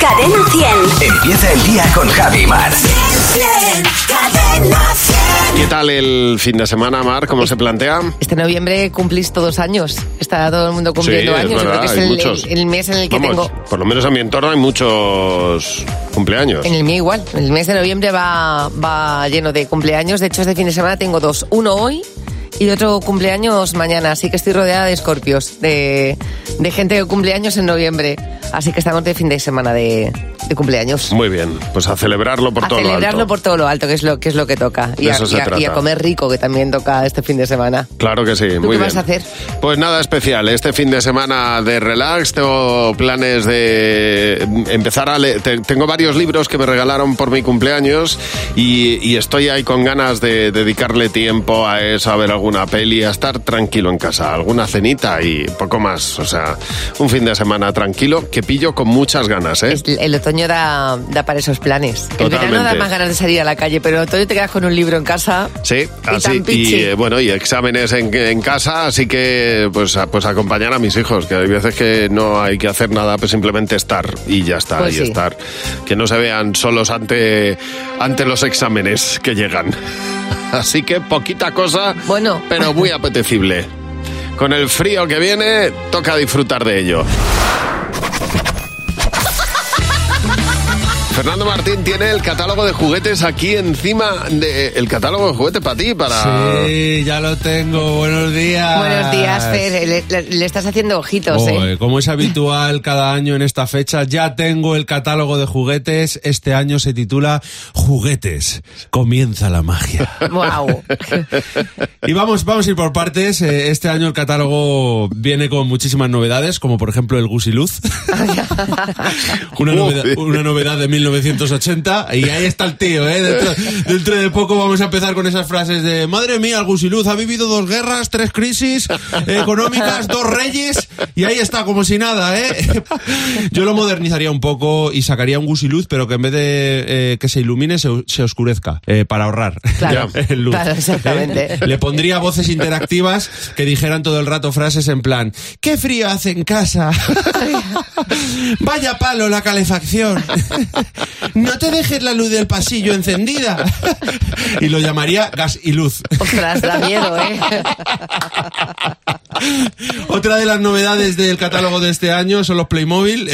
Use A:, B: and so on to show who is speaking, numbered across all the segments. A: Cadena 100.
B: Empieza el Este día con Javi Mar.
A: Cadena 100.
C: ¿Qué tal el fin de semana, Mar? ¿Cómo se plantea?
D: Este noviembre cumplís todos años. Está todo el mundo cumpliendo
C: Sí, es
D: años. Yo
C: verdad,
D: creo que es
C: hay
D: el,
C: muchos.
D: el- el mes en el que
C: Vamos,
D: tengo.
C: por lo menos a mi entorno hay muchos cumpleaños.
D: En el mío igual. El mes de noviembre va, va lleno de cumpleaños. De hecho, este fin de semana tengo dos. Uno hoy y otro cumpleaños mañana. Así que estoy rodeada de escorpios, de, de gente de cumpleaños en noviembre. Así que estamos de fin de semana de, de cumpleaños.
C: Muy bien, pues a celebrarlo por
D: a
C: todo lo
D: celebrarlo
C: alto.
D: por todo lo alto, que es lo que es lo que toca. Y,
C: De
D: a,
C: eso se
D: y a- y a
C: trata.
D: comer rico, que también toca este fin de semana.
C: Claro que sí, muy
D: ¿Tú qué
C: bien.
D: vas a hacer?
C: Pues nada especial, este fin de semana de relax, tengo planes de empezar a leer, tengo varios libros que me regalaron por mi cumpleaños y, y estoy ahí con ganas de dedicarle tiempo a eso, a ver alguna peli, a estar tranquilo en casa, alguna cenita y poco más, o sea, un fin de semana tranquilo que pillo con muchas ganas, ¿eh?
D: El, el otoño da, da para esos planes. El verano da
C: Totalmente.
D: más ganas de salir a la calle, pero el otoño te quedas con un libro en casa.
C: Sí,
D: Y
C: así
D: tan
C: y,
D: pichi.
C: eh, bueno y exámenes en, en casa, así que pues a- pues acompañar a mis hijos, que hay veces que no hay que hacer nada, pues simplemente estar y ya está
D: Pues
C: y
D: sí.
C: estar, que no se vean solos ante ante los exámenes que llegan. Así que poquita cosa,
D: Bueno.
C: pero muy apetecible. Con el frío que viene, toca disfrutar de ello. Fernando Martín tiene el catálogo de juguetes aquí encima de eh, el catálogo de juguetes para ti, para
E: Sí, ya lo tengo. Buenos días.
D: Buenos días,
E: Ah,
D: Fer. Le, le- le estás haciendo ojitos, ¿eh?
E: Joder, como es habitual cada año en esta fecha, ya tengo el catálogo de juguetes. Este año se titula Juguetes. Comienza la magia.
D: Wow.
E: Y vamos, vamos a ir por partes. Eh, Este año el catálogo viene con muchísimas novedades, como por ejemplo el Gusiluz. una, novedad, una novedad de 1980. Y ahí está el tío, ¿eh? Dentro, dentro de poco vamos a empezar con esas frases de Madre mía, el Gusiluz ha vivido dos guerras, tres crisis económicas, dos reyes. Y ahí está, como si nada, ¿eh? Yo lo modernizaría un poco y sacaría un Gusiluz, pero que en vez de eh, que se ilumine, se, se oscurezca, eh, para ahorrar.
D: Claro,
E: El luz. ¿Eh?
D: claro, exactamente.
E: Le pondría voces interactivas que dijeran todo el rato frases en plan, ¿qué frío hace en casa? Vaya palo la calefacción. No te dejes la luz del pasillo encendida. Y lo llamaría gas y luz.
D: Ostras, da miedo, ¿eh?
E: Otra de las novedades del catálogo de este año son los Playmobil.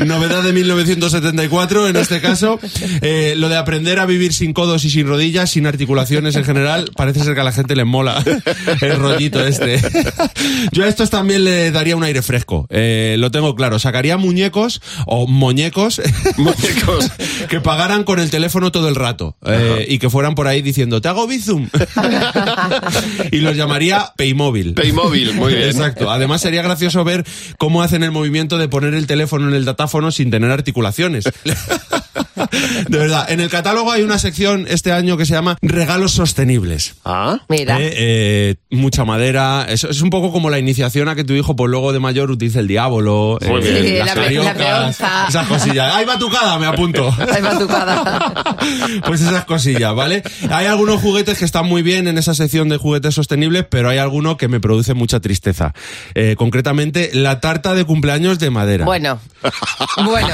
E: Novedad de 1974 en este caso. Eh, lo de aprender a vivir sin codos y sin rodillas, sin articulaciones en general, parece ser que a la gente le mola el rollito este. Yo a estos también le daría un aire fresco. Eh, lo tengo claro. Sacaría muñecos o muñecos
C: muñecos.
E: que pagaran con el teléfono todo el rato eh, y que fueran por ahí diciendo, te hago bizum. y los llamaría Paymóvil.
C: Paymóvil, muy bien.
E: Exacto. Además sería gracioso ver cómo hacen el movimiento de poner el teléfono en el datáfono sin tener articulaciones. De verdad, en el catálogo hay una sección este año que se llama Regalos Sostenibles.
C: Ah,
D: Mira.
E: Eh, eh, mucha madera. Ah, Es, es un poco como la iniciación a que tu hijo, por luego de mayor, utilice el diablo,
C: Muy
E: eh,
C: bien.
D: Sí,
E: las
D: la pe- la
E: cariocas,
D: peonza.
E: esas cosillas. ¡Ay, batucada! Me apunto.
D: Ay, batucada.
E: Pues esas cosillas, ¿vale? Hay algunos juguetes que están muy bien en esa sección de juguetes sostenibles, pero hay alguno que me produce mucha tristeza. Eh, concretamente, la tarta de cumpleaños de madera.
D: Bueno, bueno.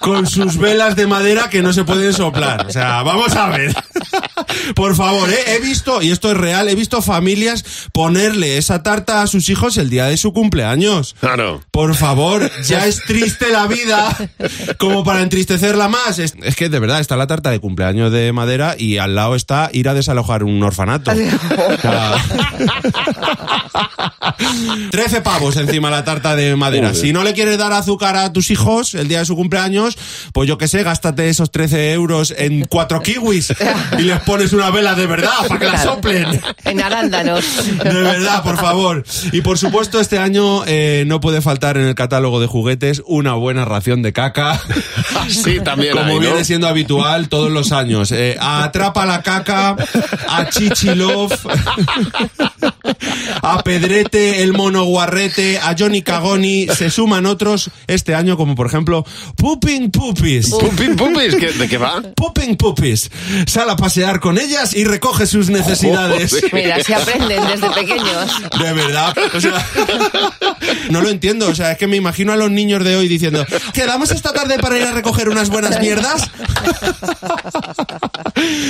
E: Con sus velas de madera que no se pueden soplar. O sea, vamos a ver. Por favor, ¿eh? he visto, y esto es real, he visto familias ponerle esa tarta a sus hijos el día de su cumpleaños.
C: claro.
E: Por favor, ya es triste la vida como para entristecerla más. Es, es que de verdad está la tarta de cumpleaños de madera y al lado está ir a desalojar un orfanato. O sea, 13 pavos encima la tarta de madera. Si no le quieres dar azúcar a tus hijos el día de su cumpleaños, pues yo qué sé, gástate esos 13 euros en cuatro kiwis y les pones una vela de verdad para que la
D: Claro.
E: soplen.
D: En arándanos.
E: De verdad, por favor. Y por supuesto, este año eh, no puede faltar en el catálogo de juguetes una buena ración de caca.
C: Sí, también
E: Como
C: hay, ¿no?
E: viene siendo habitual todos los años. Eh, a Atrapa la caca, a Chichilov, a Pedrete, el mono guarrete, a Johnny Cagoni. Se suman otros este año, como por ejemplo, Pupi Pooping Puppies.
C: ¿Pooping Puppies? ¿Qué- ¿De qué va?
E: Pooping Puppies. Sal a pasear con ellas y recoge sus necesidades.
C: Joder.
D: Mira, si aprenden desde pequeños.
E: De verdad. o sea, no lo entiendo. O sea, es que me imagino a los niños de hoy diciendo, ¿quedamos esta tarde para ir a recoger unas buenas mierdas?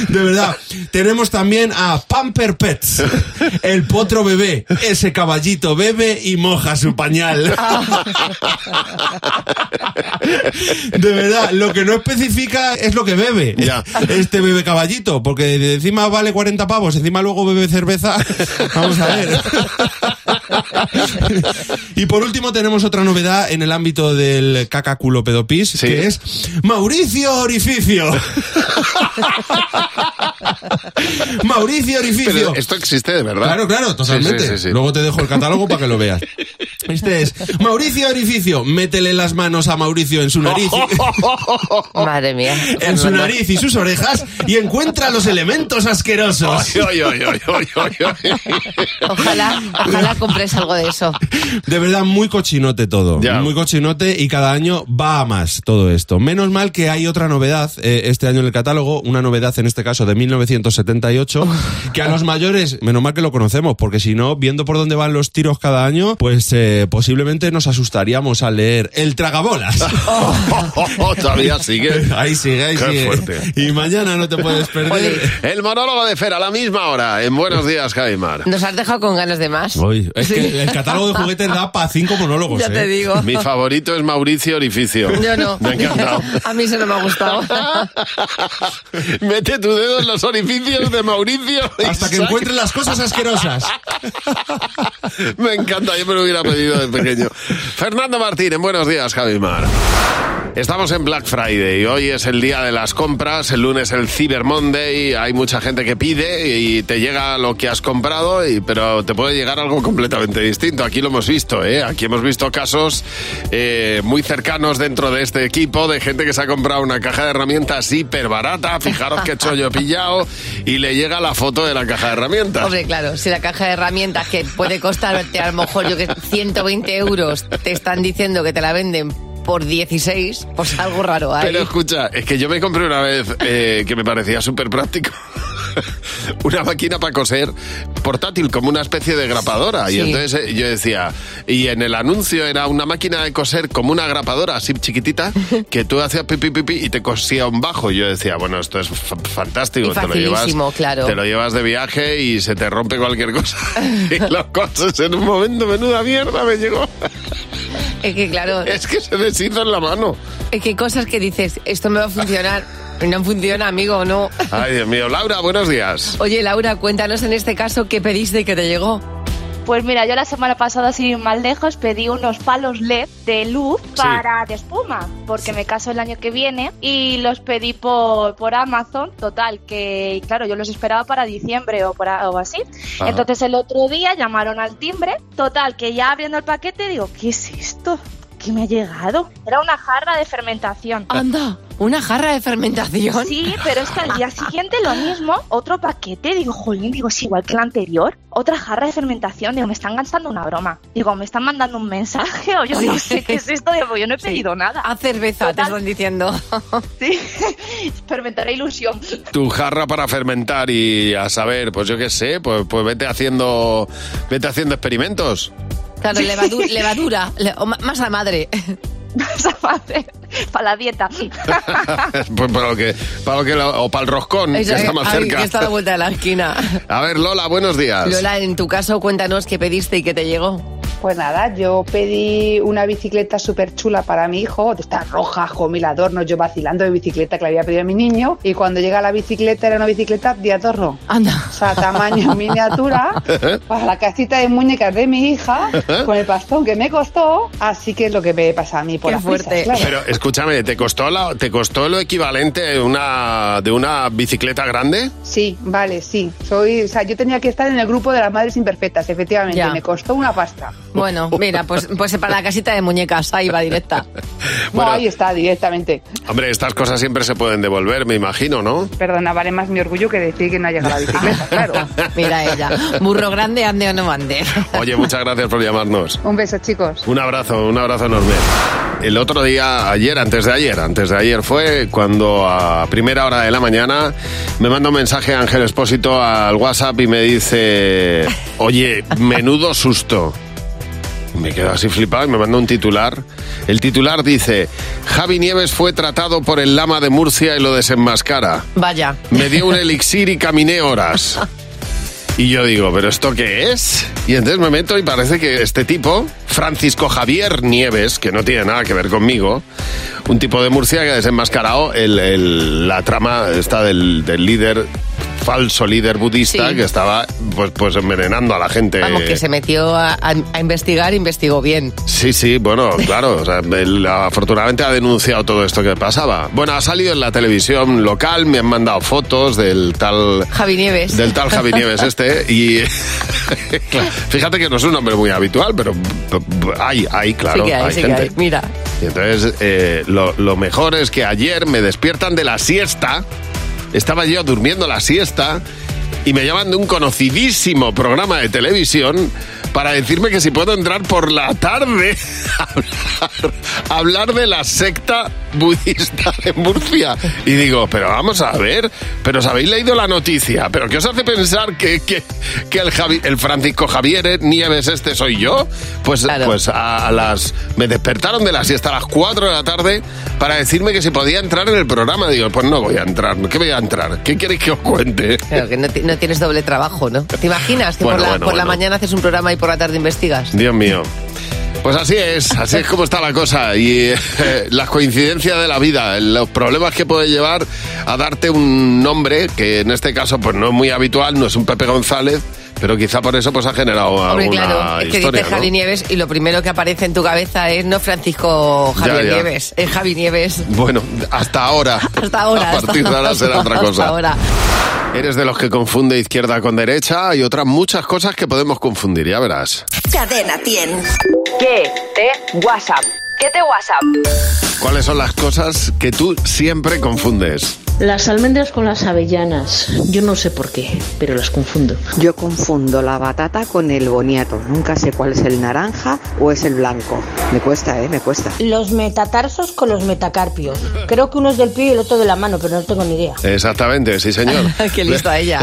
E: De verdad. Tenemos también a Pamper Pets, el potro bebé. Ese caballito bebe y moja su pañal. De verdad, lo que no especifica es lo que bebe.
C: Ya.
E: Este bebe caballito, porque de encima vale 40 pavos, encima luego bebe cerveza. Vamos a ver. Y por último tenemos otra novedad en el ámbito del cacaculo pedopis,
C: Sí.
E: que es Mauricio Orificio. Mauricio Orificio.
C: Pero esto existe de verdad.
E: Claro, claro, totalmente.
C: Sí, sí, sí, sí.
E: Luego te dejo el catálogo para que lo veas. Este es Mauricio Orificio. Métele las manos a Mauricio en su nariz.
D: Madre mía.
E: En su
D: Fernando.
E: nariz y sus orejas y encuentra los elementos asquerosos.
C: Ay, ay, ay, ay, ay, ay, ay.
D: Ojalá, ojalá compres algo de eso.
E: De verdad, muy cochinote todo.
C: Ya.
E: Muy cochinote y cada año va a más todo esto. Menos mal que hay otra novedad eh, este año en el catálogo, una novedad en este caso de 1978, que a los mayores, menos mal que lo conocemos, porque si no, viendo por dónde van los tiros cada año, pues eh, posiblemente nos asustaríamos al leer El Tragabolas.
C: Todavía sigue.
E: Oh. Ahí sigue, ahí
C: Qué
E: sigue.
C: fuerte.
E: Y mañana no te puedes perder.
C: El monólogo de Fer a la misma hora. En Buenos Días, Javimar.
D: Nos has dejado con ganas de más.
E: Uy, es que el catálogo de juguetes da para cinco monólogos.
D: Ya te
E: eh.
D: digo.
C: Mi favorito es Mauricio Orificio.
D: Yo no.
C: Me ha encantado.
D: A mí eso no me ha gustado.
C: Mete tu dedo en los orificios de Mauricio. y
E: Hasta que
C: saca-
E: encuentres las cosas asquerosas.
C: Me encanta, yo me lo hubiera pedido de pequeño. Fernando Martín, en buenos días, Javi Mar. Estamos en Black Friday y hoy es el día de las compras, el lunes el Cyber Monday, hay mucha gente que pide y te llega lo que has comprado, y- pero te puede llegar algo completamente distinto. Aquí lo hemos visto, ¿eh? aquí hemos visto casos eh, muy cercanos dentro de este equipo de gente que se ha comprado una caja de herramientas hiper barata, fijaros qué chollo he pillado, y le llega la foto de la caja de herramientas.
D: Hombre, claro, si la caja de herramientas que puede costarte a lo mejor yo que 120 euros te están diciendo que te la venden por 16, pues algo raro hay.
C: Pero escucha, es que yo me compré una vez eh, que me parecía súper práctico. Una máquina para coser portátil, como una especie de grapadora. Y
D: Sí.
C: entonces eh, yo decía, y en el anuncio era una máquina de coser como una grapadora, así chiquitita, que tú hacías pipi pipi y te cosía un bajo. Y yo decía, bueno, esto es fa- fantástico.
D: Y
C: te lo
D: facilísimo,
C: llevas,
D: claro.
C: Te lo llevas de viaje y se te rompe cualquier cosa. y lo coses en un momento, menuda mierda me llegó.
D: Es que claro,
C: Eh, Es que se deshizo en la mano.
D: es que hay cosas que dices, esto me va a funcionar, y no funciona, amigo, no.
C: Ay, Dios mío. Laura, buenos días.
D: Oye, Laura, cuéntanos en este caso qué pediste y qué te llegó.
F: Pues mira, yo la semana pasada, sin ir más lejos, pedí unos palos LED de luz para de espuma, porque me caso el año que viene y los pedí por, por Amazon, total, que claro, yo los esperaba para diciembre o, para, o así.
C: Ajá.
F: Entonces el otro día llamaron al timbre, total, que ya abriendo el paquete digo, ¿qué es esto? ¿Qué me ha llegado? Era una jarra de fermentación.
D: Anda, una jarra de fermentación.
F: Sí, pero es que al día siguiente lo mismo, otro paquete, digo, jolín, digo, es igual que el anterior, otra jarra de fermentación, digo, me están gastando una broma, digo, me están mandando un mensaje o yo no sé qué es esto, digo, yo no he pedido nada,
D: A cerveza, te
F: Total.
D: están diciendo.
F: sí, fermentaré ilusión.
C: Tu jarra para fermentar y a saber, pues yo qué sé, pues, pues vete haciendo vete haciendo experimentos.
D: Claro, levadu- levadura, le- o ma- masa madre.
F: Esa parte, Para la dieta.
C: pues para lo que, para lo que lo- o para el roscón,
D: Eso
C: que está más
D: ay,
C: cerca. Ah,
D: que está a la vuelta de la esquina.
C: A ver, Lola, buenos días.
D: Lola, en tu caso, cuéntanos qué pediste y qué te llegó.
G: Pues nada, yo pedí una bicicleta súper chula para mi hijo, de estas rojas con mil adornos, yo vacilando de bicicleta que le había pedido a mi niño, y cuando llega la bicicleta era una bicicleta de adorno.
D: Anda.
G: O sea, tamaño miniatura
C: ¿Eh?
G: para la casita de muñecas de mi hija con el pastón que me costó. Así que es lo que me pasa a mí por
D: Qué
G: las prisas,
D: fuerte.
G: claro.
C: Pero escúchame, ¿te costó la, te costó lo equivalente de una de una bicicleta grande?
G: Sí, vale, sí. Soy, o sea, yo tenía que estar en el grupo de las madres imperfectas, efectivamente.
D: Ya.
G: Me costó una pasta.
D: Bueno, mira, pues, pues para la casita de muñecas, ahí va directa.
C: Bueno.
H: ahí está, directamente.
C: Hombre, estas cosas siempre se pueden devolver, me imagino, ¿no?
H: Perdona, vale más mi orgullo que decir que no ha llegado la bicicleta, claro.
D: Mira ella. Burro grande, ande o no ande.
C: Oye, muchas gracias por llamarnos.
H: Un beso, chicos.
C: Un abrazo, un abrazo enorme. El otro día, ayer, antes de ayer, antes de ayer fue cuando a primera hora de la mañana me manda un mensaje Ángel Espósito al WhatsApp y me dice, oye, menudo susto. Me quedo así flipado y me manda un titular. El titular dice, Javi Nieves fue tratado por el lama de Murcia y lo desenmascara.
D: Vaya.
C: Me dio un elixir y caminé horas. Y yo digo, ¿pero esto qué es? Y entonces me meto y parece que este tipo, Francisco Javier Nieves, que no tiene nada que ver conmigo, un tipo de Murcia que ha desenmascarado el- el- la trama esta del, del líder, falso líder budista,
D: Sí.
C: que estaba pues, pues envenenando a la gente.
D: Vamos, que se metió a, a- a investigar, investigó bien.
C: Sí, sí, bueno, claro. o sea, él afortunadamente ha denunciado todo esto que pasaba. Bueno, ha salido en la televisión local, me han mandado fotos del tal
D: Javi Nieves.
C: del tal Javi Nieves este y claro, fíjate que no es un hombre muy habitual pero hay hay claro
D: sí que hay,
C: hay
D: sí que
C: gente
D: hay. Mira.
C: Y entonces eh, lo, lo mejor es que ayer me despiertan de la siesta estaba yo durmiendo la siesta y me llaman de un conocidísimo programa de televisión para decirme que si puedo entrar por la tarde a hablar, a hablar de la secta budista de Murcia. Y digo, pero vamos a ver, pero os habéis leído la noticia, pero ¿qué os hace pensar que, que- que el, Javi- el Francisco Javier Nieves este soy yo? Pues,
D: Claro.
C: pues a, a las me despertaron de la siesta a las 4 de la tarde para decirme que si podía entrar en el programa. Digo, pues no voy a entrar, ¿qué voy a entrar? ¿Qué queréis que os cuente?
D: Claro, que no, ti- no tienes doble trabajo, ¿no? ¿Te imaginas que
C: Bueno,
D: por, la,
C: bueno,
D: por la
C: bueno.
D: mañana haces un programa y por la tarde investigas?
C: Dios mío. Pues así es, así es como está la cosa y eh, las coincidencias de la vida, los problemas que puede llevar a darte un nombre que en este caso pues no es muy habitual, no es un Pepe González, pero quizá por eso pues ha generado
D: Hombre,
C: alguna
D: claro, es que
C: historia,
D: dices Javi
C: ¿no?
D: Nieves y lo primero que aparece en tu cabeza es no Francisco Javier
C: Ya, ya.
D: Nieves, es Javi Nieves.
C: Bueno, hasta ahora.
D: Hasta ahora.
C: A partir de ahora será otra
D: hasta
C: cosa.
D: ahora.
C: Eres de los que confunde izquierda con derecha y otras muchas cosas que podemos confundir, ya verás.
I: Cadena 100.
H: ¿Qué te WhatsApp?
A: ¿Qué te WhatsApp?
C: ¿Cuáles son las cosas que tú siempre confundes?
J: Las almendras con las avellanas. Yo no sé por qué, pero las confundo.
K: Yo confundo la batata con el boniato. Nunca sé cuál es el naranja o es el blanco. Me cuesta, ¿eh? Me cuesta.
L: Los metatarsos con los metacarpios. Creo que uno es del pie y el otro de la mano, pero no tengo ni idea.
C: Exactamente, sí señor.
D: Qué lista ella.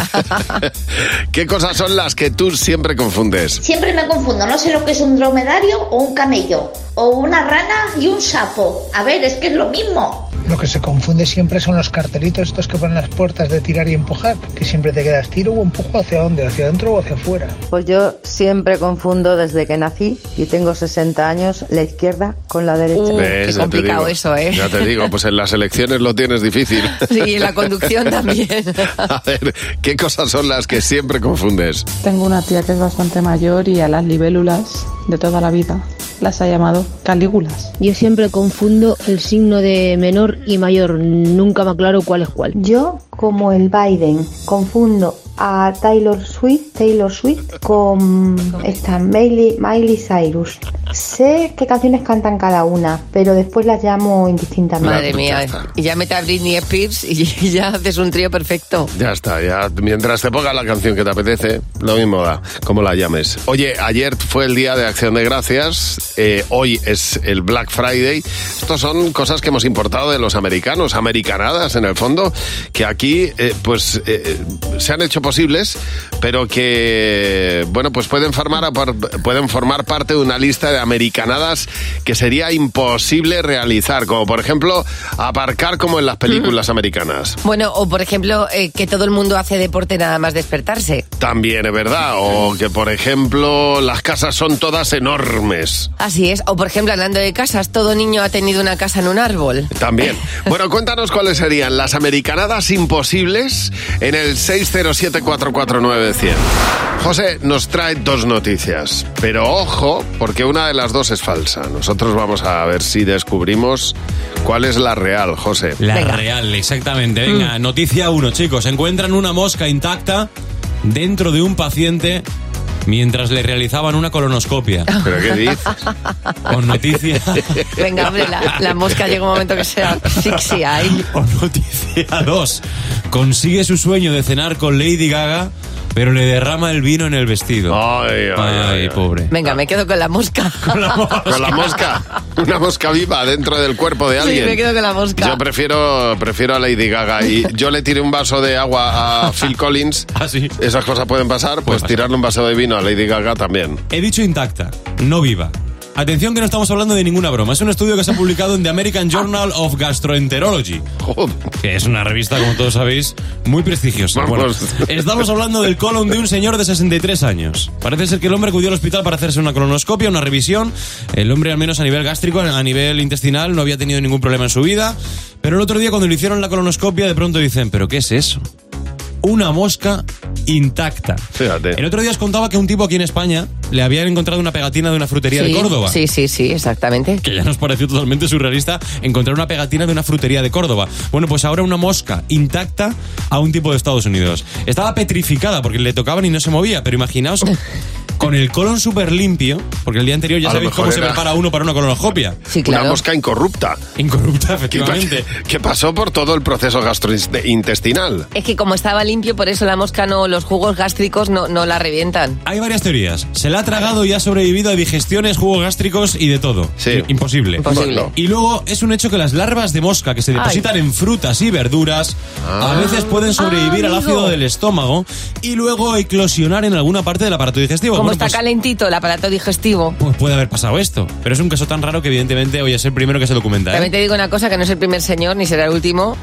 C: ¿Qué cosas son las que tú siempre confundes?
F: Siempre me confundo, no sé lo que es un dromedario o un camello, o una rana y un sapo. A ver, es que es lo mismo.
M: Lo que se confunde siempre son los cartelitos estos que ponen las puertas de tirar y empujar, que siempre te quedas tiro o empujo hacia dónde, hacia adentro o hacia afuera.
K: Pues yo siempre confundo desde que nací y tengo 60 años la izquierda con la derecha.
D: Uh,
C: ¿Ves?
D: qué
C: Ya te
D: complicado
C: digo.
D: eso, ¿eh?
C: Ya te digo, pues en las elecciones lo tienes difícil.
D: Sí, y en la conducción también.
C: A ver, ¿qué cosas son las que siempre confundes?
J: Tengo una tía que es bastante mayor y a las libélulas de toda la vida las ha llamado calígulas.
L: Yo siempre confundo el signo de menor y mayor. Nunca me aclaro cuál es cuál.
F: Yo, como el Biden, confundo a Taylor Swift, Taylor Swift con esta Miley, Miley Cyrus. Sé qué canciones cantan cada una, pero después las llamo indistintamente.
D: Madre mía. Y ya mete a Britney Spears y ya haces un trío perfecto.
C: Ya está, ya mientras te pongas la canción que te apetece, lo mismo da, como la llames. Oye, ayer fue el día de Acción de Gracias, eh, hoy es el Black Friday. Estos son cosas que hemos importado de los americanos, americanadas en el fondo, que aquí eh, pues eh, eh, se han hecho posibles, pero que bueno pues pueden formar a par- pueden formar parte de una lista de americanadas que sería imposible realizar, como por ejemplo aparcar como en las películas americanas.
D: Bueno, o por ejemplo, eh, que todo el mundo hace deporte nada más despertarse.
C: También es verdad. O que, por ejemplo, las casas son todas enormes.
D: Así es. O por ejemplo, hablando de casas, todo niño ha tenido una casa en un árbol.
C: También. Bueno, cuéntanos cuáles serían las americanadas imposibles en el 607-449-100. José nos trae dos noticias, pero ojo, porque una de las dos es falsa. Nosotros vamos a ver si descubrimos cuál es la real, José.
E: La
D: Venga.
E: real, exactamente. Venga, noticia 1, chicos. Encuentran una mosca intacta dentro de un paciente
I: mientras le realizaban una colonoscopia.
C: ¿Pero qué dices?
I: Con noticia.
D: Venga, hombre, la, la mosca llega un momento que se asfixia. ay.
I: O noticia 2. Consigue su sueño de cenar con Lady Gaga, pero le derrama el vino en el vestido. Ay,
C: ay.
I: pobre.
D: Venga, me quedo con la mosca. Con la mosca.
C: Con la mosca. Una mosca viva dentro del cuerpo de
D: Sí,
C: alguien.
D: me quedo con la mosca.
C: Yo prefiero, prefiero a Lady Gaga y yo le tiré un vaso de agua a Phil Collins.
I: Ah,
C: Esas cosas pueden pasar, pues tirarle un vaso de vino a Lady Gaga también.
I: He dicho intacta, no viva. Atención que no estamos hablando de ninguna broma. Es un estudio que se ha publicado en The American Journal of Gastroenterology. Que es una revista, como todos sabéis, muy prestigiosa. Bueno, estamos hablando del colon de un señor de 63 años. Parece ser que el hombre acudió al hospital para hacerse una colonoscopia, una revisión. El hombre, al menos a nivel gástrico, a nivel intestinal, no había tenido ningún problema en su vida. Pero el otro día, cuando le hicieron la colonoscopia, de pronto dicen, ¿pero qué es eso? una mosca intacta. El otro día os contaba que un tipo aquí en España le habían encontrado una pegatina de una frutería
D: Sí,
I: de Córdoba.
D: Sí, sí, sí, exactamente.
I: Que ya nos pareció totalmente surrealista encontrar una pegatina de una frutería de Córdoba. Bueno, pues ahora una mosca intacta a un tipo de Estados Unidos. Estaba petrificada porque le tocaban y no se movía, pero imaginaos con el colon súper limpio, porque el día anterior ya
C: A lo
I: sabéis
C: mejor
I: cómo se
C: era-
I: prepara uno para una colonoscopia.
C: Una mosca incorrupta.
I: Incorrupta, efectivamente.
C: Que, que pasó por todo el proceso gastrointestinal.
D: Es que como estaba limpio, por eso la mosca no, los jugos gástricos no, no la revientan.
I: Hay varias teorías. Se la ha tragado y ha sobrevivido a digestiones, jugos gástricos y de todo. Sí. Imposible.
D: Imposible. Bueno.
I: Y luego es un hecho que las larvas de mosca que se depositan en frutas y verduras
C: Ah.
I: a veces pueden sobrevivir
D: Ah,
I: al
D: amigo.
I: ácido del estómago y luego eclosionar en alguna parte del aparato digestivo.
D: como
I: Bueno,
D: está
I: pues-
D: calentito el aparato digestivo.
I: pues puede haber pasado esto. Pero es un caso tan raro que evidentemente hoy es el primero que se documenta. ¿eh?
D: También te digo una cosa, que no es el primer señor ni será el último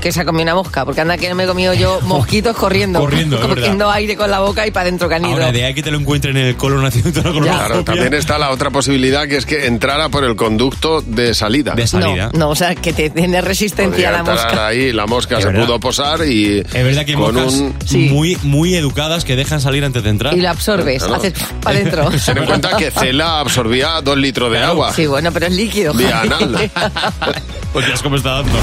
D: que se ha comido una mosca, porque anda que no me he comido yo mosquitos corriendo.
I: Corriendo, es verdad.
D: cogiendo aire con la boca y para adentro que han ido.
I: Ahora, Ah, de ahí que te lo encuentren en el colon haciendo una
C: Claro,
I: colonoscopia.
C: también está la otra posibilidad que es que entrara por el conducto de salida. De
D: No, no, o sea, que te tiene resistencia a la mosca.
C: ahí, la mosca
I: Es
C: se
I: verdad.
C: pudo posar y
I: Es verdad que hay
C: con
I: moscas
C: un...
I: muy, muy educadas que dejan salir antes de entrar.
D: Y lo absorbes,
C: Claro.
D: haces para adentro.
C: Ten en cuenta que Cela absorbía dos litros de agua.
D: Sí, bueno, pero es líquido.
C: Vía
D: Javi.
C: anal.
I: Pues ya es como está dando.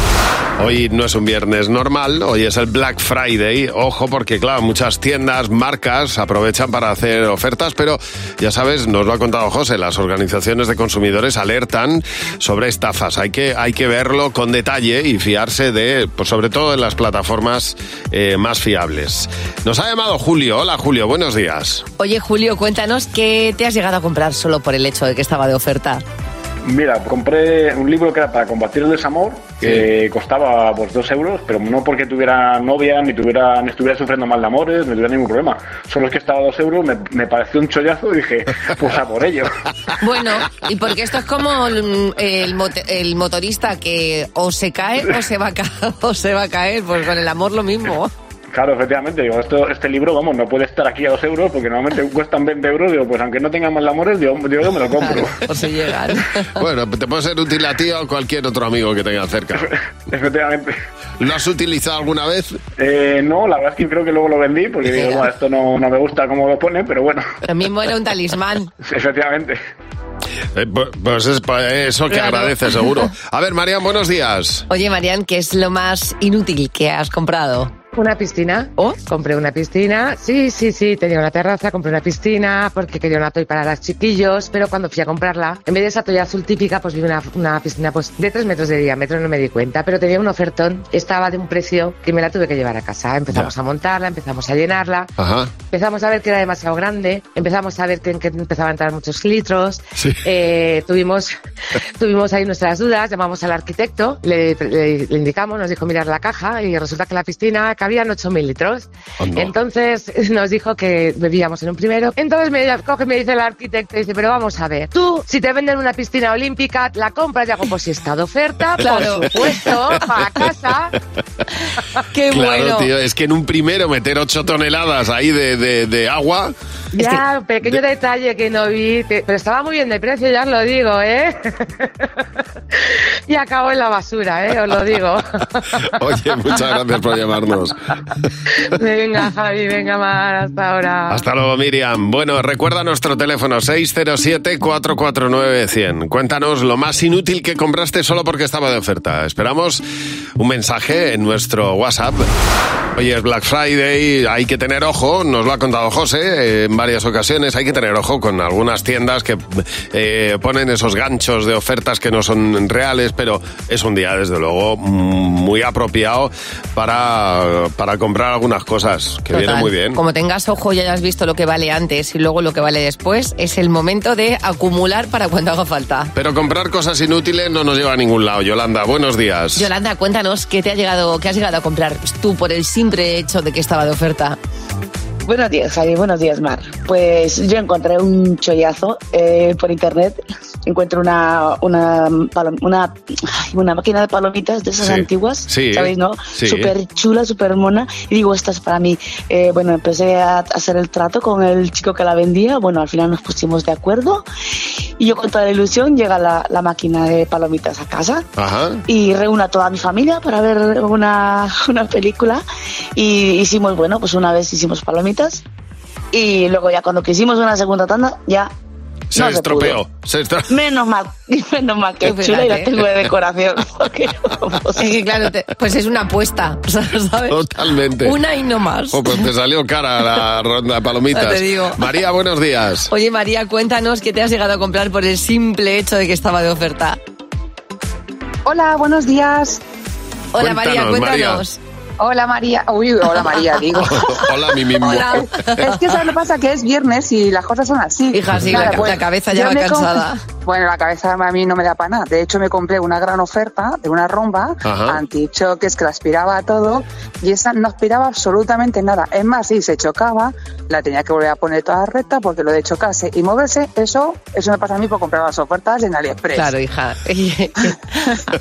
C: Hoy no es un viernes normal, hoy es el Black Friday. Ojo, porque claro, muchas tiendas, marcas aprovechan para hacer ofertas, pero ya sabes, nos lo ha contado José, las organizaciones de consumidores alertan sobre estafas. Hay que, hay que verlo con detalle y fiarse de, pues sobre todo en las plataformas eh, más fiables. Nos ha llamado Julio. Hola Julio, buenos días.
D: Oye, Julio, cuéntanos qué te has llegado a comprar solo por el hecho de que estaba de oferta.
N: Mira, compré un libro que era para combatir el desamor, que costaba pues dos euros, pero no porque tuviera novia, ni tuviera, ni estuviera sufriendo mal de amores, ni tuviera ningún problema. Solo es que estaba a dos euros, me, me pareció un chollazo y dije, pues a por ello.
D: Bueno, y porque esto es como el, el mote- el motorista que o se cae o se va a caer, o se va a caer, pues con el amor lo mismo.
N: Claro, efectivamente, digo, esto, este libro, vamos, no puede estar aquí a dos euros, porque normalmente cuestan 20 euros, digo, pues aunque no tenga mal de amores, digo, digo, yo me lo compro.
C: Bueno, te puede ser útil a ti o a cualquier otro amigo que tengas cerca.
N: Efectivamente.
C: ¿Lo has utilizado alguna vez?
N: Eh, no, la verdad es que creo que luego lo vendí, porque digo, bueno, esto no, no me gusta cómo lo pone, pero bueno,
D: Lo mismo era un talismán.
N: efectivamente.
C: Eh, pu- pues es pa- eso que
D: Claro.
C: agradece, seguro. A ver, Marian, buenos días.
D: Oye, Marian, ¿qué es lo más inútil que has comprado?
O: Una piscina. ¿Oh? Compré una piscina. Sí, sí, sí. Tenía una terraza, compré una piscina porque quería una toy para las chiquillos. Pero cuando fui a comprarla, en vez de esa toalla azul típica, pues vi una, una piscina pues de 3 metros de diámetro. No me di cuenta, pero tenía un ofertón. Estaba de un precio que me la tuve que llevar a casa. Empezamos a montarla, empezamos a llenarla.
C: Ajá.
O: Empezamos a ver que era demasiado grande, empezamos a ver que, que empezaban a entrar muchos litros, Eh, tuvimos, tuvimos ahí nuestras dudas, llamamos al arquitecto, le, le- le indicamos, nos dijo mirar la caja y resulta que en la piscina cabían 8.000 litros. Entonces nos dijo que bebíamos en un primero. Entonces me coge y me dice el arquitecto, dice, pero vamos a ver, tú si te venden una piscina olímpica, la compras y hago, pues si está de oferta,
D: Claro.
O: por supuesto, para casa.
D: Qué
C: claro,
O: Eh, bueno.
C: tío, es que en un primero meter 8 toneladas ahí de, de- de agua.
O: Ya, pequeño detalle que no vi, te- pero estaba muy bien de precio, ya os lo digo, ¿eh? y acabó en la basura, ¿eh? Os lo digo.
C: Oye, muchas gracias por llamarnos.
O: venga, Javi, venga, Mar, hasta ahora.
C: Hasta luego, Miriam. Bueno, recuerda nuestro teléfono 607-449-100. Cuéntanos lo más inútil que compraste solo porque estaba de oferta. Esperamos un mensaje en nuestro WhatsApp. Oye, es Black Friday, hay que tener ojo, nos lo ha contado José eh, en varios varias ocasiones. Hay que tener ojo con algunas tiendas que eh, ponen esos ganchos de ofertas que no son reales, pero es un día, desde luego, mm, muy apropiado para, para comprar algunas cosas, que viene
D: Total.
C: muy bien.
D: Como tengas ojo y hayas visto lo que vale antes y luego lo que vale después, es el momento de acumular para cuando haga falta.
C: Pero comprar cosas inútiles no nos lleva a ningún lado. Yolanda, buenos días.
D: Yolanda, cuéntanos qué te ha llegado, qué has llegado a comprar tú por el simple hecho de que estaba de oferta.
P: Buenos días, Javi. Buenos días, Mar. Pues yo encontré un chollazo eh, por internet. Encuentro una una, palom- una ay, una máquina de palomitas de esas
G: Sí.
P: antiguas,
G: Sí.
P: ¿sabéis, no?
G: Sí.
P: Súper chula, súper mona. Y digo, esta es para mí. Eh, bueno, empecé a hacer el trato con el chico que la vendía. Bueno, al final nos pusimos de acuerdo. Y yo con toda la ilusión llega la, la máquina de palomitas a casa
C: Ajá.
P: y reúno a toda mi familia para ver una, una película y hicimos, bueno, pues una vez hicimos palomitas y luego ya cuando quisimos una segunda tanda ya
C: Se
P: no pudo.
C: estropeó. Se estro-
P: menos mal, menos mal que
D: Qué
P: chula y la
D: fíjate.
P: tengo de decoración.
D: Es que claro, te- pues es una apuesta, ¿sabes?
C: Totalmente.
D: Una y no más.
C: Oh, pues te salió cara la ronda de palomitas.
D: Ya te digo.
C: María, buenos días.
D: Oye María, cuéntanos qué te has llegado a comprar por el simple hecho de que estaba de oferta.
G: Hola, buenos días.
D: Hola María,
C: Cuéntanos, María.
D: cuéntanos.
G: Hola María, uy, hola María, digo.
C: Hola, mi mismo.
G: Es que ¿sabes lo que pasa? Que es viernes y las cosas son así.
D: Hija, sí, la- la cabeza ya
G: yo
D: va
G: me comp-
D: cansada.
G: Bueno, la cabeza a mí no me da para nada. De hecho, me compré una gran oferta de una romba
Q: Ajá.
G: antichoques que la aspiraba a todo y esa no aspiraba absolutamente nada. Es más, si se chocaba, la tenía que volver a poner toda recta porque lo de chocarse y moverse, eso eso me pasa a mí por comprar las ofertas en AliExpress.
D: Claro, hija.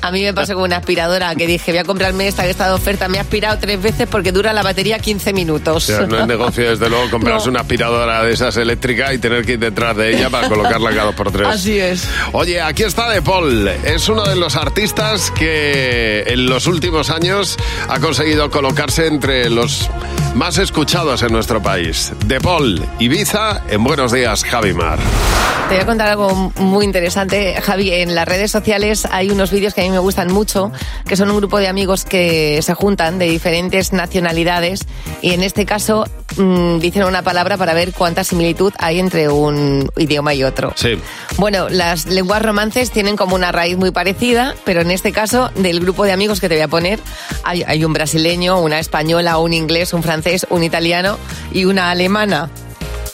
D: A mí me pasó con una aspiradora que dije, voy a comprarme esta que está de oferta. Me ha aspirado tres veces porque dura la batería 15
C: O
D: minutos.
C: sea, no es negocio, desde luego, comprarse una aspiradora de esas eléctricas y tener que ir detrás de ella para colocarla cada dos por tres.
D: Así es.
C: Oye, aquí está De Paul. Es uno de los artistas que en los últimos años ha conseguido colocarse entre los más escuchados en nuestro país. De Paul, Ibiza, en Buenos Días, Javimar.
D: Te voy a contar algo muy interesante, Javi. En las redes sociales hay unos vídeos que a mí me gustan mucho, que son un grupo de amigos que se juntan de diferentes nacionalidades y en este caso mm, dicen una palabra para ver cuánta similitud hay entre un idioma y otro.
C: Sí.
D: Bueno, las lenguas romances tienen como una raíz muy parecida, pero en este caso, del grupo de amigos que te voy a poner, hay, hay un brasileño, una española, un inglés, un francés, un italiano y una alemana.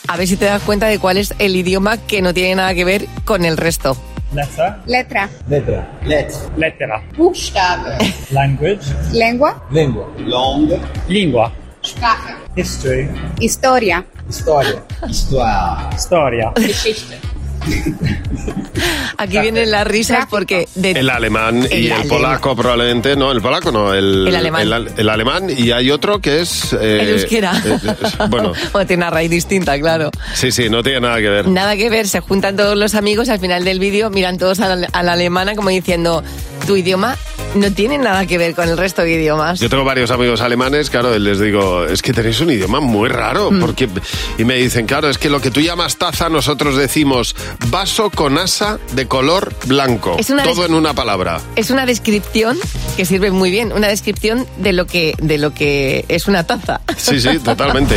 D: A ver si te das cuenta de cuál es el idioma que no tiene nada que ver con el resto.
R: Letra. Letra.
S: Letra. Letra. Letra.
R: Buchstabe.
S: Language.
R: Lengua.
S: Lengua. Long. Lingua.
R: Sprache.
S: History.
R: Historia.
S: Historia. Historia. Historia.
R: Geschichte.
D: Aquí vienen las risas porque de
C: El alemán y
D: El
C: el
D: alemán.
C: polaco probablemente, no, el polaco no, el,
D: El alemán.
C: al- el alemán y hay otro que es... eh,
D: el euskera.
C: eh, eh, bueno,
D: Bueno, tiene una raíz distinta, claro.
C: sí, sí, no tiene nada que ver.
D: Nada que ver, se juntan todos los amigos al final del vídeo miran todos a la, a la alemana como diciendo, tu idioma no tiene nada que ver con el resto de idiomas.
C: Yo tengo varios amigos alemanes, claro, y les digo, es que tenéis un idioma muy raro, porque y me dicen, claro, es que lo que tú llamas taza, nosotros decimos vaso con asa de color blanco.
D: Es una
C: Todo
D: des-
C: en una palabra.
D: Es una descripción que sirve muy bien, una descripción de lo que, de lo que es una taza.
C: Sí, sí, totalmente.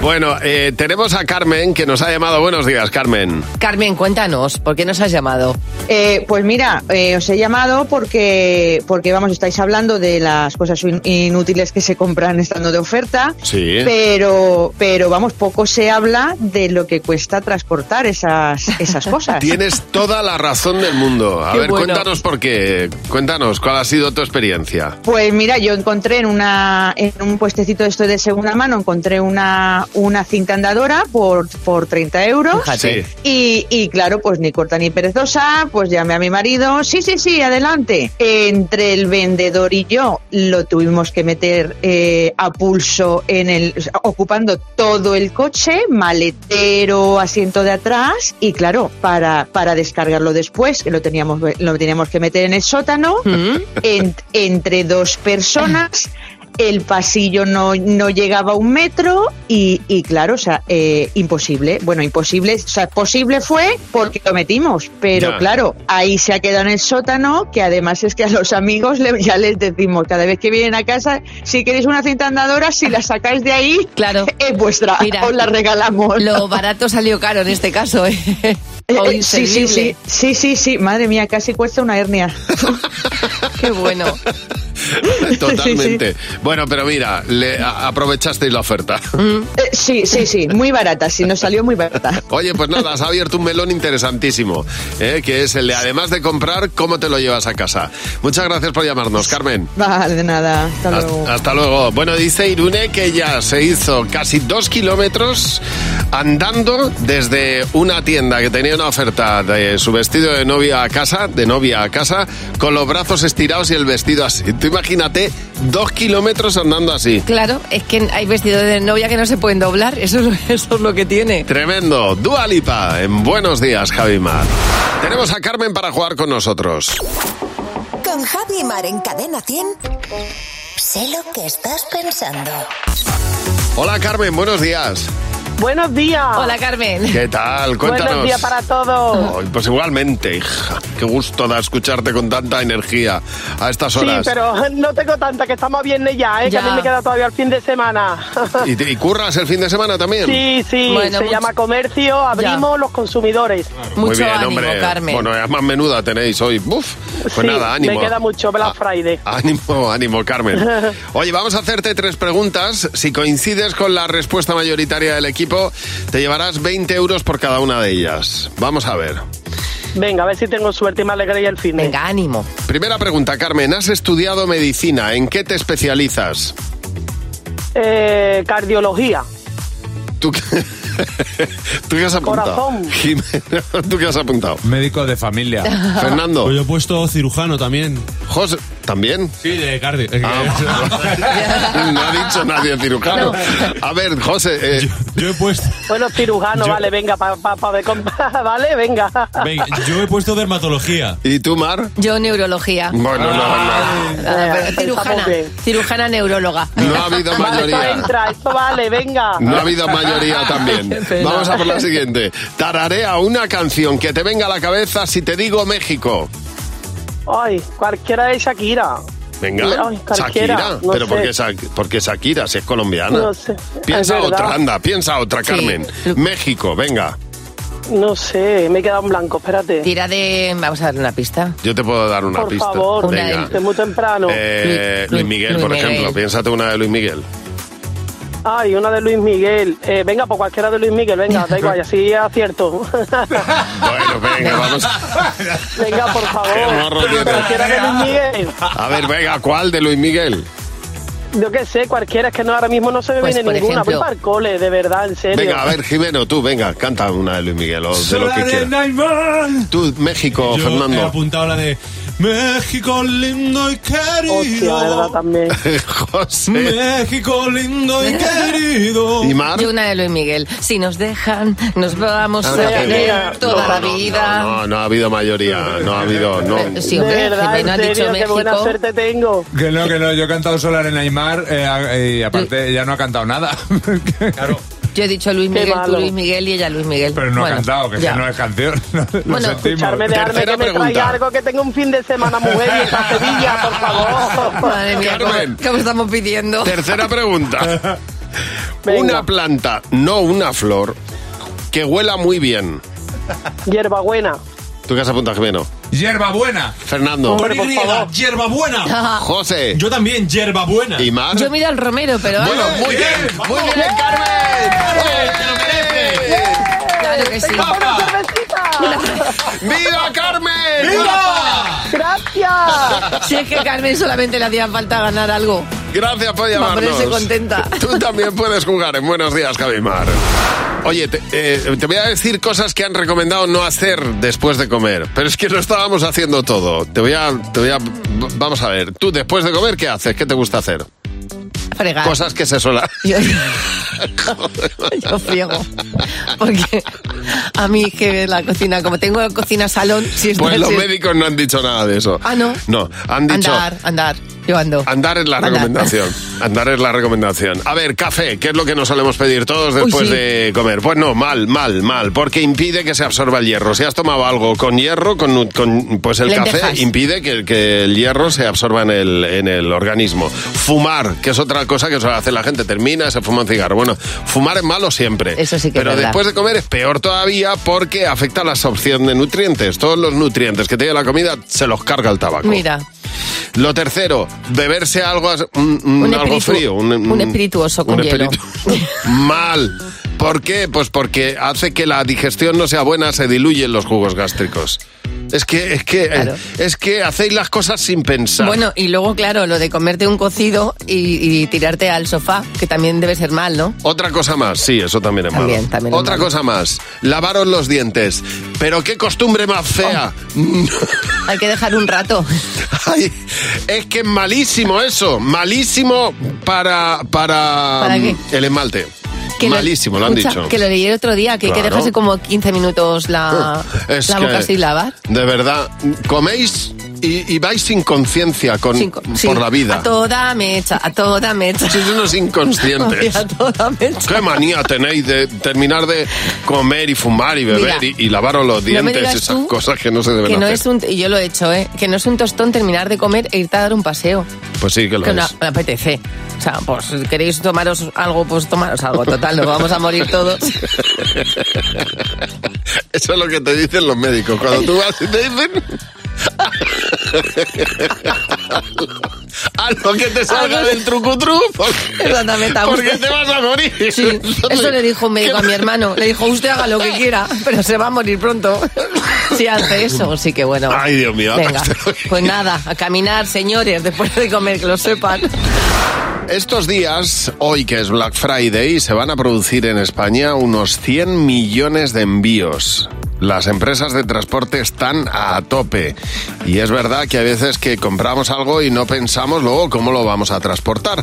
C: Bueno, eh, tenemos a Carmen que nos ha llamado. Buenos días, Carmen.
D: Carmen, cuéntanos, ¿por qué nos has llamado?
T: Eh, pues mira, eh, os he llamado porque, porque vamos, estáis hablando de las cosas in- inútiles que se compran estando de oferta,
C: Sí.
T: pero, pero vamos, poco se habla de lo que cuesta transportar esas, esas cosas.
C: Tienes toda la razón del mundo. A
T: Ah. Qué
C: ver,
T: bueno.
C: cuéntanos por qué. Cuéntanos, ¿cuál ha sido tu experiencia?
T: Pues mira, yo encontré en una en un puestecito de esto de segunda mano, encontré una, una cinta andadora por, por 30 euros.
C: Fíjate.
T: Y, y claro, pues ni corta ni perezosa, pues llamé a mi marido, sí, sí, sí, adelante. Entre el vendedor y yo lo tuvimos que meter eh, a pulso en el, o sea, ocupando todo el coche, maletero, asiento de atrás, y claro, para, para descargarlo después, que lo teníamos, lo teníamos que meter en el sótano, en- entre dos personas. el pasillo no, no llegaba a un metro y, y claro, o sea, eh, imposible. Bueno, imposible, o sea, posible fue porque lo metimos, pero
Q: Ya.
T: claro, ahí se ha quedado en el sótano, que además es que a los amigos le- ya les decimos, cada vez que vienen a casa, si queréis una cinta andadora, si la sacáis de ahí,
D: claro.
T: es vuestra, os la regalamos.
D: Lo barato salió caro en este caso, ¿eh?
T: Eh,
D: O
T: eh, sí, sí, sí,
D: inservible.
T: sí, sí, sí, madre mía, casi cuesta una hernia.
D: Qué bueno.
C: Totalmente. Bueno, pero mira, le a- aprovechasteis la oferta.
T: Eh, sí, sí, sí, muy barata, sí, nos salió muy barata.
C: Oye, pues nada, has abierto un melón interesantísimo, ¿eh? que es el de, además de comprar, cómo te lo llevas a casa. Muchas gracias por llamarnos, Carmen.
T: Vale, de nada, hasta
C: Hasta
T: luego.
C: luego. Bueno, dice Irune que ya se hizo casi dos kilómetros andando desde una tienda que tenía una oferta de su vestido de novia a casa, de novia a casa, con los brazos estirados y el vestido así. Tú imagínate dos kilómetros andando así.
D: Claro, es que hay vestidos de novia que no se pueden doblar, eso es lo, eso es lo que tiene.
C: Tremendo. Dualipa en Buenos Días, Javimar. Tenemos a Carmen para jugar con nosotros.
U: Con Javi y Mar en Cadena 100. Sé lo que estás pensando.
C: Hola, Carmen, buenos días.
V: Buenos días.
D: Hola, Carmen.
C: ¿Qué tal? Cuéntanos.
V: Buenos días para todos.
C: Ay, pues igualmente, hija. Qué gusto da escucharte con tanta energía a estas
V: Sí,
C: horas.
V: pero no tengo tanta, que estamos a viernes ya, ¿eh?
C: Ya.
V: que a mí me queda todavía el fin de semana.
C: ¿Y, te- y curras el fin de semana también?
V: Sí, sí, se llama comercio, abrimos los consumidores.
C: Muy bien, hombre. Bueno, es más menuda tenéis hoy. Buf. Pues
V: Sí,
C: nada, ánimo. Ah,
V: Me queda mucho Black Friday.
C: Ánimo, ánimo, Carmen. Oye, vamos a hacerte tres preguntas. Si coincides con la respuesta mayoritaria del equipo, te llevarás 20 euros por cada una de ellas. Vamos a ver.
V: Venga, a ver si tengo suerte y me alegraría el fin. Venga,
D: ánimo.
C: Primera pregunta, Carmen. ¿Has estudiado medicina? ¿En qué te especializas?
V: Eh, cardiología.
C: ¿Tú qué, ¿Tú qué has apuntado?
V: Corazón.
C: Jimeno, ¿tú qué has apuntado?
E: Médico de familia.
C: Fernando.
E: Pues yo he puesto cirujano también.
C: José, ¿también? Ah,
E: Sí, de cardio.
C: no ha dicho nadie cirujano. A ver, José. eh, yo,
E: he puesto.
V: Bueno, cirujano,
E: Yo-
V: vale, venga, para pa, pa, ver con- vale, venga.
E: Venga, yo he puesto dermatología.
C: ¿Y tú, Mar?
D: Yo neurología.
C: Bueno, no, no.
D: Ah, pero cirujana,
V: estamos bien.
D: cirujana neuróloga.
C: No ha habido
V: Esto
C: mayoría.
V: entra, esto vale, venga.
C: No ha habido mayoría también.
V: pena.
C: Vamos a por la siguiente. Tararea una canción que te venga a la cabeza si te digo México.
V: Ay, cualquiera de Shakira.
C: Venga,
V: Ay, cualquiera,
C: Shakira.
V: no
C: Pero
V: sé.
C: ¿por qué, Sha- por qué Shakira si es colombiana?
V: No sé,
C: Piensa
V: es verdad.
C: otra, anda, piensa otra,
V: Sí.
C: Carmen. México, venga.
V: No sé, me he quedado en blanco, espérate.
D: Tira de. Vamos a darle una pista.
C: Yo te puedo dar una
V: Por
C: pista.
V: favor,
C: venga.
V: es muy temprano.
C: Eh, Luis Miguel,
V: Luis
C: por
V: Miguel.
C: ejemplo. Piénsate una de Luis Miguel.
V: Ay, una de Luis Miguel. Eh, venga, pues cualquiera de Luis Miguel, venga, da igual, así acierto.
C: Bueno, venga, vamos.
V: venga, por
C: Qué
V: favor.
C: morro tiene.
V: Cualquiera de Luis Miguel.
C: A ver, venga, ¿cuál de Luis Miguel?
V: Yo qué sé, cualquiera, es que no, ahora mismo no se me
C: Pues,
V: viene
C: por
V: ninguna.
C: ejemplo-
V: Voy para el cole, de verdad, en serio.
C: Venga, a ver, Jimeno, tú, venga, canta una de Luis Miguel o de lo que quieras. Tú, México,
E: Yo he
C: Fernando.
E: apuntado la de México lindo y querido.
V: también.
E: México lindo y querido.
C: ¿Y Mar?
D: una de Luis Miguel. Si nos dejan, nos vamos
C: Ah,
D: a
C: qué
D: querer
C: bien.
D: toda
C: No,
D: la
C: no, no,
D: vida.
C: No, no ha habido mayoría, Ah, no ha habido, no.
D: Sí, hombre,
V: de verdad,
D: Jimeno ha
V: en
D: dicho
V: serio, qué
D: México.
V: buena suerte tengo.
W: Que no, que no, yo he cantado Solar en Aymar eh, a- eh, y aparte ella no ha cantado nada.
D: Yo he dicho Luis
W: Qué
D: Miguel, tú
W: malo.
D: Luis Miguel y ella Luis Miguel.
W: Pero no ha cantado, que, es que
D: ya.
W: no es canción. No, lo
D: Bueno,
W: sentimos.
V: Escucharme, dejarme que me traiga algo, que tengo un fin de semana, mujer, y esta Sevilla, por favor.
D: Madre mía, ¿cómo,
C: Carmen.
D: cómo estamos pidiendo?
C: Tercera pregunta. Una planta, no una flor, que huela muy bien.
V: Hierbabuena.
C: ¿Tú qué has apuntado, Jimeno?
W: Hierbabuena.
C: Fernando.
E: Con Y, hierbabuena.
C: José.
E: Yo también, hierbabuena.
C: ¿Y Mar?
D: Yo miro al Romero, pero.
C: Ah. Bueno,
D: vamos.
C: muy bien, muy bien,
D: Claro que sí.
C: ¡Viva Carmen!
V: ¡Viva! ¡Gracias!
D: Si es que a Carmen solamente le hacía falta ganar algo.
C: Gracias por
D: Va a
C: llamarnos.
D: ponerse contenta.
C: Tú también puedes jugar en Buenos Días, Javimar. Oye, te, eh, te voy a decir cosas que han recomendado no hacer después de comer. Pero es que lo estábamos haciendo todo. Te voy a... Te voy a vamos a ver. Tú, después de comer, ¿qué haces? ¿Qué te gusta hacer?
D: fregar.
C: Cosas que se sola.
D: Yo, yo friego.
C: Pues
D: Porque a mí es que la cocina, como tengo cocina salón, si es
C: Pues los
D: noche-
C: médicos no han dicho nada de eso.
D: Ah, no.
C: No, han dicho...
D: Andar, andar. Yo ando.
C: Andar es la
D: Andar.
C: recomendación. Andar es la recomendación. A ver, café, ¿qué es lo que nos solemos pedir todos
D: Uy,
C: después
D: sí.
C: de comer? Pues no, mal, mal, mal, porque impide que se absorba el hierro. Si has tomado algo con hierro, con, nu- con- pues el
B: Lentejas.
C: café impide que, que el hierro se absorba en el, en el organismo. Fumar, que es otra cosa que suele hacer la gente, termina, se fuma un cigarro. Bueno, fumar es malo siempre.
D: Eso sí que es
C: Pero
D: verdad.
C: después de comer es peor todavía porque afecta la absorción de nutrientes. Todos los nutrientes que tiene la comida se los carga el tabaco.
D: Mira,
C: Lo tercero, beberse algo, as- un, un
D: un,
C: Mm, algo
D: espiritu-
C: frío. Un, un-
D: un espirituoso con
C: un
D: hielo.
C: espiritu- Mal. ¿Por qué? Pues porque hace que la digestión no sea buena, se diluyen los jugos gástricos. Es que, es que, eh, es que hacéis las cosas sin pensar.
D: Bueno, y luego, claro, lo de comerte un cocido y, y tirarte al sofá, que también debe ser mal, ¿no?
C: Otra cosa más, sí, eso también es
D: También,
C: malo.
D: también es
C: Otra
D: malo.
C: cosa más, lavaros los dientes. Pero qué costumbre más fea.
D: Oh. Hay que dejar un rato.
C: Ay, es que es malísimo eso, malísimo para para,
D: ¿Para qué?
C: mm, el esmalte.
D: Que
C: malísimo, lo han
D: escucha,
C: dicho.
D: Que lo leí el otro día, que hay que
C: Claro. Ah,
D: dejarse como 15 minutos la,
C: Es
D: la boca
C: que,
D: sin lavar.
C: De verdad, coméis y, y vais sin conciencia con,
D: Sin co- sí,
C: por la vida.
D: A toda mecha, a toda mecha.
C: Sois unos
D: Ay,
C: inconscientes.
D: a toda mecha.
C: ¿Qué manía tenéis de terminar de comer y fumar y beber
D: Mira,
C: y, y lavaros los
D: no me
C: dientes?
D: digas
C: esas
D: tú
C: cosas que no se deben
D: Que no
C: hacer.
D: es un, y yo lo he hecho, ¿eh? Que no es un tostón terminar de comer e irte a dar un paseo.
C: Pues sí, que lo
D: que
C: es.
D: no me apetece. O sea, pues queréis tomaros algo, pues tomaros algo. Total, nos vamos a morir todos.
C: Eso es lo que te dicen los médicos. Cuando tú vas y te dicen. A lo que te salga del trucutru. porque-
D: Exactamente. a
C: Porque
D: usted.
C: te vas a morir.
D: Sí, eso le dijo un médico a mi hermano. Le dijo, usted haga lo que quiera, pero se va a morir pronto. Si hace eso, sí que bueno.
C: Ay, Dios mío.
D: Venga, pues nada, a caminar, señores, después de comer, que lo sepan.
C: Estos días, hoy que es Black Friday, se van a producir en España unos 100 millones de envíos. Las empresas de transporte están a tope. Y es verdad que hay veces que compramos algo y no pensamos luego cómo lo vamos a transportar.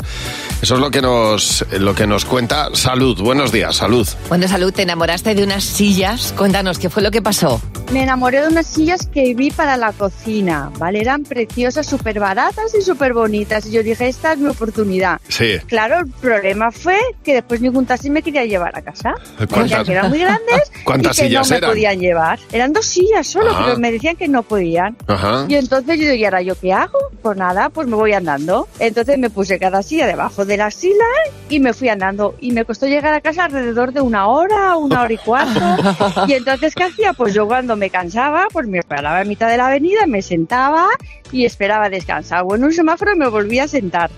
C: Eso es lo que nos, lo que nos cuenta Salud. Buenos días, Salud.
D: Bueno, Salud, te enamoraste de unas sillas. Cuéntanos, ¿qué fue lo que pasó?
H: Me enamoré de unas sillas que vi para la cocina, ¿vale? Eran preciosas, súper baratas y súper bonitas. Y yo dije, esta es mi oportunidad.
C: Sí.
H: Claro, el problema fue que después ningún taxi me quería llevar a casa.
C: ¿Cuántas-
H: Porque eran muy grandes
C: ¿Cuántas
H: y que
C: sillas
H: no me
C: eran?
H: podían llevar. Eran dos sillas solo,
C: Ah.
H: pero me decían que no podían.
C: Ajá.
H: Y entonces yo digo, ¿y ahora yo qué hago? Pues nada, pues me voy andando. Entonces me puse cada silla debajo de la silla y me fui andando. Y me costó llegar a casa alrededor de una hora, una hora y cuarto. Y entonces, ¿qué hacía? Pues yo cuando me cansaba, pues me paraba a mitad de la avenida, me sentaba y esperaba descansar. Bueno, un semáforo y me volvía a sentar.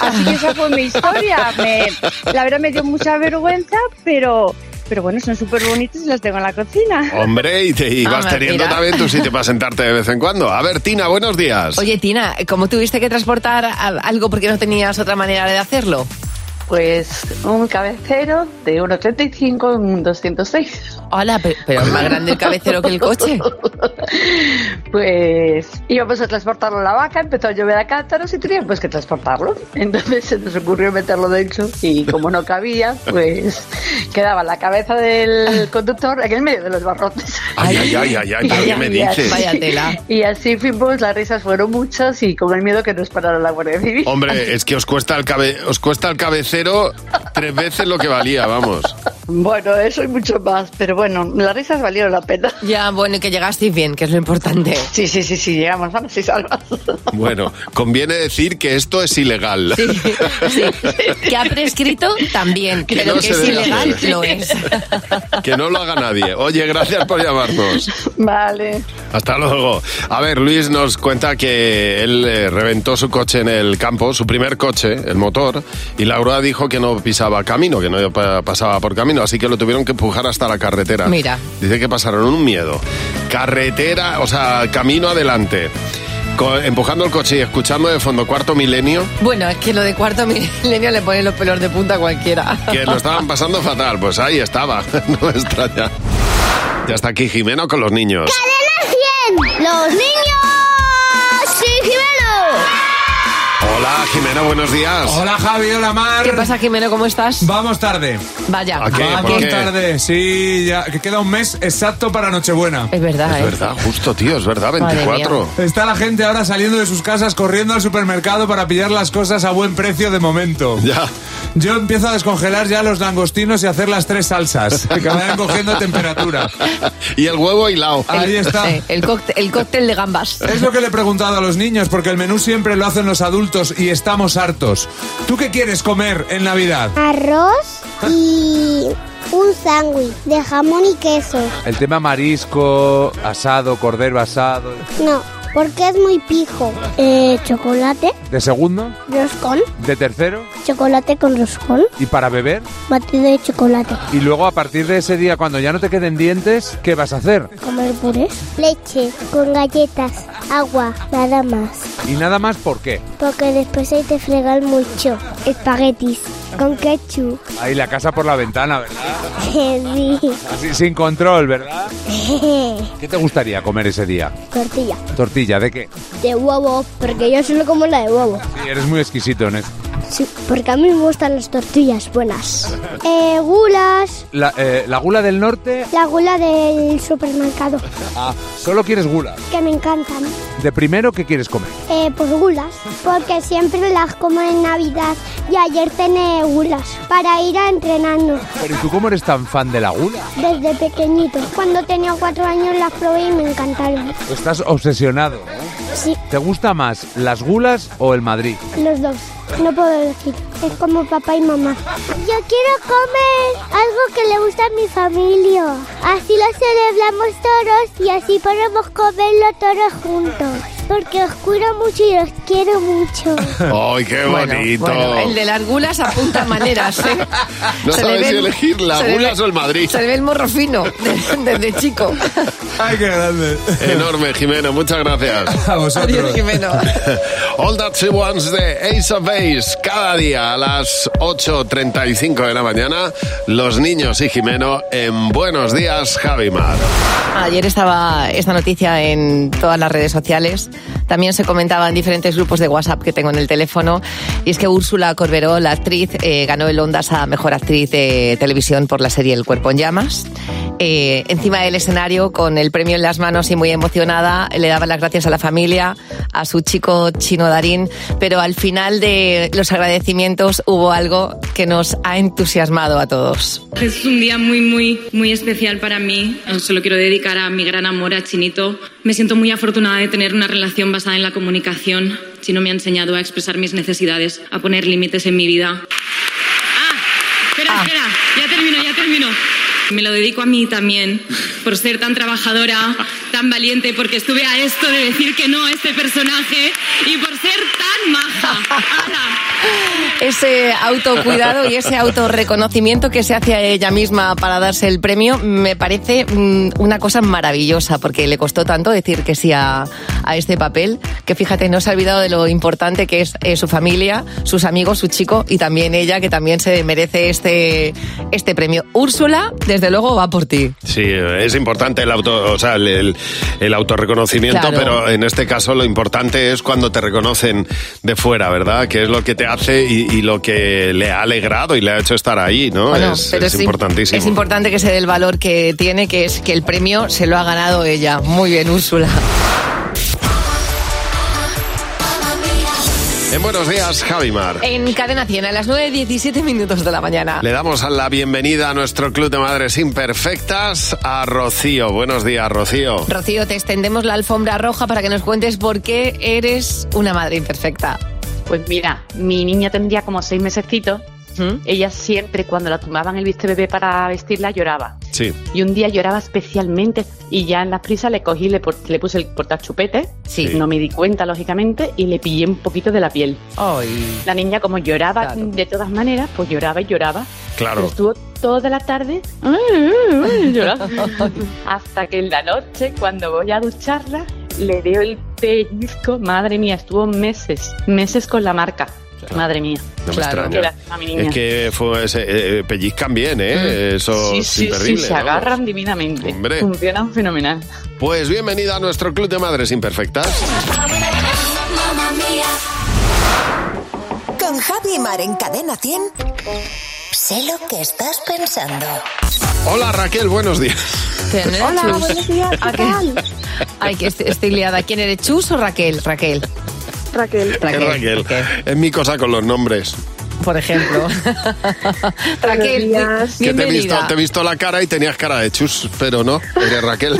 H: Así que esa fue mi historia. Me- la verdad me dio mucha vergüenza, pero... Pero bueno, son súper bonitas y las tengo en la cocina.
C: Hombre, y, te, y
H: Ah,
C: vas
H: mira.
C: teniendo también tu sitio para sentarte de vez en cuando. A ver, Tina, buenos días.
D: Oye, Tina, ¿cómo tuviste que transportar a- algo porque no tenías otra manera de hacerlo?
Q: Pues un cabecero de 1,35 en un 206.
D: Hola, pero, es más grande el cabecero que el coche.
Q: Pues íbamos a transportarlo a la vaca, empezó a llover a cántaros y teníamos pues que transportarlo. Entonces se nos ocurrió meterlo dentro y como no cabía, pues quedaba la cabeza del conductor en el medio de los barrotes.
C: Ay, ay, ay, ay, ay, ¿pero qué me
Q: Y así-
C: dices?
Q: Y así fuimos, las risas fueron muchas y con el miedo que nos parara la Guardia Civil.
C: Hombre, es que os cuesta el cabe- os cuesta el cabecero tres veces lo que valía, vamos.
Q: Bueno, eso y mucho más, pero bueno, las risas valieron la pena.
D: Ya, bueno, y que llegasteis bien, que es lo importante.
Q: Sí, sí, sí, sí, llegamos sanos y salvas.
C: Bueno, conviene decir que esto es ilegal.
D: Que ha prescrito también,
C: Que
D: pero
C: no
D: que
C: se
D: es
C: debe
D: ilegal
C: hacer.
D: lo es.
C: Que no lo haga nadie. Oye, gracias por llamarnos.
Q: Vale.
C: Hasta luego. A ver, Luis nos cuenta que él eh, reventó su coche en el campo, su primer coche, el motor, y Laura dijo que no pisaba camino, que no pa- pasaba por camino, así que lo tuvieron que empujar hasta la carretera.
D: Mira.
C: Dice que pasaron un miedo. Carretera, o sea, camino adelante. Co- empujando el coche y escuchando de fondo Cuarto Milenio,
D: Bueno, es que lo de cuarto milenio le pone los pelos de punta a cualquiera.
C: que lo estaban pasando fatal. Pues ahí estaba, no me extraña. Ya está aquí Jimeno con los niños.
X: ¡Cadena 100! ¡Los niños! ¡Sí, Jimeno!
C: Hola, Jimeno, buenos días.
W: Hola Ah, Javi, hola Mar.
D: ¿Qué pasa, Jimeno? ¿Cómo estás?
W: Vamos tarde.
D: Vaya.
C: ¿A qué?
D: ¿A
C: ¿Por
D: qué?
C: qué?
W: Ah, Tarde, sí, ya que queda un mes exacto para Nochebuena.
D: Es verdad,
C: Es
D: ¿eh?
C: verdad, justo, tío, es verdad,
D: Madre
C: 24.
W: Está la gente ahora saliendo de sus casas corriendo al supermercado para pillar las cosas a buen precio de momento.
C: Ya.
W: Yo empiezo a descongelar ya los langostinos y a hacer las tres salsas, que vayan cogiendo temperatura.
C: Y el huevo hilado.
W: Ahí está.
D: Sí, el, cóctel, el cóctel de gambas.
W: Es lo que le he preguntado a los niños, porque el menú siempre lo hacen los adultos y estamos hartos. ¿Tú qué quieres comer en Navidad?
A: Arroz y un sándwich de jamón y queso.
W: El tema marisco, asado, cordero asado.
A: No, porque es muy pijo. Eh, chocolate,
W: ¿De segundo?
A: roscón,
W: ¿De tercero?
A: chocolate con roscón,
W: ¿Y para beber?
A: batido de chocolate.
W: Y luego a partir de ese día, cuando ya no te queden dientes, ¿qué vas a hacer?
A: Comer purés. Leche con galletas, agua, nada más.
W: Y nada más, ¿por qué?
A: Porque después hay que fregar mucho. Espaguetis con ketchup.
W: Ahí la casa por la ventana, ¿verdad?
A: Sí.
W: Así, sin control, ¿verdad? ¿Qué te gustaría comer ese día?
A: Tortilla
W: ¿Tortilla de qué?
A: de huevo, porque yo solo como la de huevo.
W: Sí, eres muy exquisito en eso.
A: Sí, porque a mí me gustan las tortillas buenas. Eh, gulas.
W: La, eh, la gula del norte,
A: La gula del supermercado,
W: ah, solo quieres gula.
A: que me encantan.
W: ¿De primero qué quieres comer?
A: Eh, pues gulas, porque siempre las como en Navidad y ayer tené gulas para ir a entrenarnos.
W: Pero ¿y tú cómo eres tan fan de la gula?
A: Desde pequeñito, cuando tenía cuatro años las probé y me encantaron.
W: Estás obsesionado. ¿eh?
A: Sí,
W: ¿Te gusta más las gulas o el Madrid?
A: los dos, no puedo elegir, es como papá y mamá. Yo quiero comer algo que le gusta a mi familia. Así lo celebramos todos y así podemos comerlo todos juntos. Porque os cuido mucho y os quiero mucho.
C: ¡Ay, qué
D: Bueno,
C: bonito!
D: bueno, el de las gulas apunta maneras, ¿eh?
C: No
D: le
C: sabes
D: ve
C: si elegir las
D: se le ve-
C: gulas o el Madrid.
D: Se le ve el morro fino de- desde chico.
W: ¡Ay, qué grande!
C: Enorme, Jimeno, muchas gracias.
W: A vosotros.
D: Adiós, Jimeno.
C: All That She Wants de Ace of Base. Cada día a las 8.35 de la mañana, los niños y Jimeno en Buenos Días, Javi Mar.
D: Ayer estaba esta noticia en todas las redes sociales. También se comentaba en diferentes grupos de WhatsApp que tengo en el teléfono. Y es que Úrsula Corberó, la actriz, eh, ganó el Ondas a Mejor Actriz de Televisión por la serie El Cuerpo en Llamas. Eh, encima del escenario, con el premio en las manos y muy emocionada, le daba las gracias a la familia, a su chico chino Darín. Pero al final de los agradecimientos hubo algo que nos ha entusiasmado a todos.
B: Es un día muy, muy, muy especial para mí. Eh, Se lo quiero dedicar a mi gran amor, a Chinito. Me siento muy afortunada de tener una relación basada en la comunicación. Chino me ha enseñado a expresar mis necesidades, a poner límites en mi vida. Ah, espera, espera. Ya termino, ya termino. Me lo dedico a mí también, por ser tan trabajadora, tan valiente, porque estuve a esto de decir que no a este personaje y por ser tan maja.
D: Ese autocuidado y ese autorreconocimiento que se hace a ella misma para darse el premio me parece mm, una cosa maravillosa porque le costó tanto decir que sí a, a este papel que fíjate, no se ha olvidado de lo importante que es eh, su familia, sus amigos, su chico y también ella que también se merece este, este premio. Úrsula, desde luego, va por ti.
C: Sí, es importante el auto, o sea, el, el- el autorreconocimiento,
D: Claro.
C: pero en este caso lo importante es cuando te reconocen de fuera, ¿verdad? Que es lo que te hace y, y lo que le ha alegrado y le ha hecho estar ahí, ¿no?
D: Bueno,
C: es
D: pero
C: es
D: sí,
C: importantísimo.
D: Es importante que se dé el valor que tiene, que es que el premio se lo ha ganado ella. Muy bien, Úrsula.
C: En buenos días, Javimar.
D: En Cadena 100, a las 9.17 minutos de la mañana.
C: Le damos a la bienvenida a nuestro club de madres imperfectas, a Rocío. Buenos días, Rocío.
D: Rocío, te extendemos la alfombra roja para que nos cuentes por qué eres una madre imperfecta.
M: Pues mira, mi niña tendría como seis mesecitos. Ella siempre, cuando la tomaban el viste bebé para vestirla, lloraba.
C: Sí.
M: Y un día lloraba especialmente y ya en las prisas le cogí, le, por- le puse el portachupete.
D: Sí.
M: No me di cuenta, lógicamente, y le pillé un poquito de la piel. La niña como lloraba de todas maneras, pues lloraba y lloraba. Pero
C: Claro.
M: Estuvo toda la tarde mm, llorando. Hasta que en la noche, cuando voy a ducharla, le dio el pellizco. Madre mía, estuvo meses, meses con la marca. Madre mía.
C: No me
M: Qué
C: extraña.
M: lástima, mi niña. Mm.
C: Es que fue ese- eh, pellizcan bien, ¿eh?
D: Mm.
C: Eso
M: sí,
C: es
M: sí,
C: terrible.
M: sí, se
C: ¿no?
M: agarran divinamente.
C: Hombre.
M: Funcionan fenomenal.
C: Pues bienvenida a nuestro club de madres imperfectas.
U: Con Javi y Mar en Cadena 100. Sé lo que estás pensando.
C: Hola Raquel, buenos días.
D: ¿Quién eres,
U: Hola,
D: Chus?
U: buenos días, ¿qué
D: ¿A
U: tal?
D: Ay, que est- estoy liada. ¿Quién eres, Chus o Raquel? Raquel,
V: Raquel.
D: Raquel,
C: Raquel. Es mi cosa con los nombres.
D: por ejemplo. Raquel, bi-
C: Que te he, visto,
D: bienvenida.
C: te he visto la cara y tenías cara de chus, pero no, eres Raquel.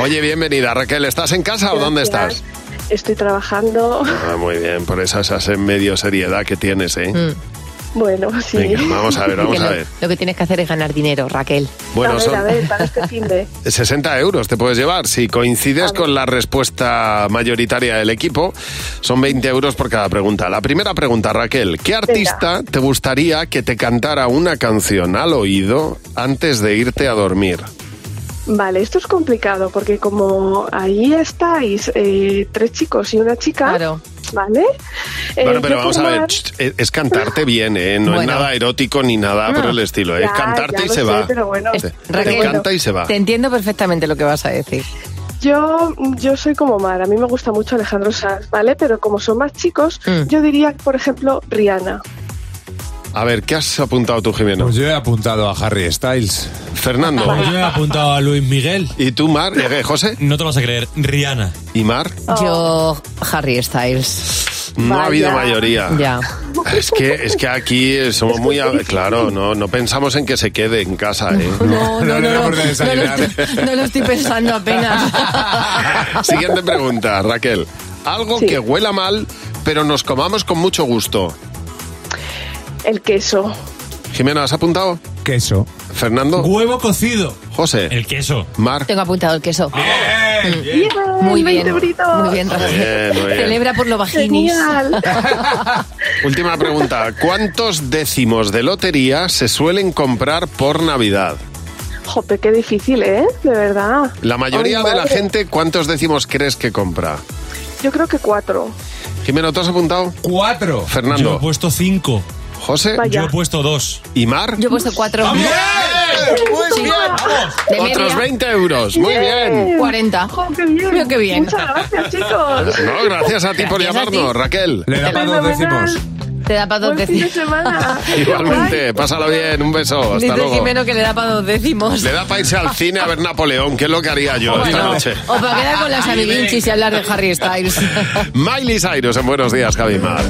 C: Oye, bienvenida Raquel, ¿estás en casa o dónde
J: Gracias.
C: estás?
J: Estoy trabajando.
C: Ah, muy bien, por esa, esa medio seriedad que tienes, ¿eh?
J: Bueno, sí.
C: Venga, vamos a ver, vamos
D: Que
C: a
D: lo-
C: ver.
D: Lo que tienes que hacer es ganar dinero, Raquel.
C: Bueno, son
J: para este fin de.
C: 60 euros te puedes llevar. Si coincides con la respuesta mayoritaria del equipo, son 20 euros por cada pregunta. La primera pregunta, Raquel, ¿qué artista te gustaría que te cantara una canción al oído antes de irte a dormir?
J: Vale, esto es complicado porque como ahí estáis eh, tres chicos y una chica. Claro. ¿Vale? Eh,
C: bueno, pero
J: yo
C: vamos
J: como
C: a ver,
J: ar-
C: ch, es, es cantarte bien, ¿eh? No es
J: Bueno.
C: nada erótico ni nada
D: No.
C: por el estilo. Es
D: Ya,
C: cantarte
D: ya
C: y
D: lo
C: se
D: sé,
C: va.
J: pero bueno.
C: Te- te canta y se va.
D: Te entiendo perfectamente lo que vas a decir.
J: Yo, yo soy como Mar, a mí me gusta mucho Alejandro Sanz, ¿vale? Pero como son más chicos, yo diría, por ejemplo, Rihanna.
C: A ver, ¿qué has apuntado tú, Jimeno? Pues
W: yo he apuntado a Harry Styles.
C: Fernando.
D: Ah,
W: Pues
C: yo he apuntado a Luis Miguel. ¿Y tú, Mar? Eh, ¿José?
I: No te vas a creer, Rihanna.
C: ¿Y Mar?
J: Oh.
D: Yo, Harry Styles.
C: No ha habido mayoría.
D: Ya.
C: Es que, es que aquí eh, somos muy... a- Claro, no, no pensamos en que se quede en casa, ¿eh?
D: No, no, no, no,
W: por qué
D: no, lo
W: desayunar.
D: estoy, no lo estoy pensando apenas.
C: Siguiente pregunta, Raquel. Algo que huela mal, pero nos comamos con mucho gusto.
J: El queso.
C: Jimena, ¿has apuntado?
W: Queso.
C: Fernando.
E: Huevo cocido.
C: José.
I: El queso.
C: Mar.
D: Tengo apuntado el queso.
I: Bien,
D: Muy bien. Muy bien, Raquel.
C: Bien, muy bien.
D: Celebra por lo vaginis.
C: Última pregunta. ¿Cuántos décimos de lotería se suelen comprar por Navidad?
J: Jope, qué difícil, ¿eh? De verdad.
C: La mayoría
J: Ay,
C: de la
J: madre.
C: gente, ¿cuántos décimos crees que compra?
J: Yo creo que cuatro.
C: Jimeno, ¿tú has apuntado?
W: Cuatro.
C: Fernando.
I: Yo he puesto cinco.
C: José.
J: Vaya. Yo he
I: puesto dos.
C: ¿Y Mar?
D: Yo he puesto cuatro.
C: Muy bien.
D: De media.
C: Otros 20 euros. Muy bien.
D: 40.
J: Oh, qué bien.
D: Mira qué bien.
J: Muchas gracias, chicos.
C: No, gracias a ti por
D: Gracias a ti.
C: llamarnos, Raquel.
W: Le da para dos décimos.
D: Te da para dos
J: Buen fin de
D: décimos.
J: semana.
C: Igualmente, pásalo bien. Un beso. Hasta
D: Dice
C: luego.
D: Jimeno que le da para dos décimos.
C: Le da para irse al cine a ver Napoleón, que es lo que haría yo esta
D: Bueno,
C: noche.
D: o para quedar con las adivinchis y hablar de Harry Styles.
C: Miley Cyrus en Buenos Días, Javi Mar.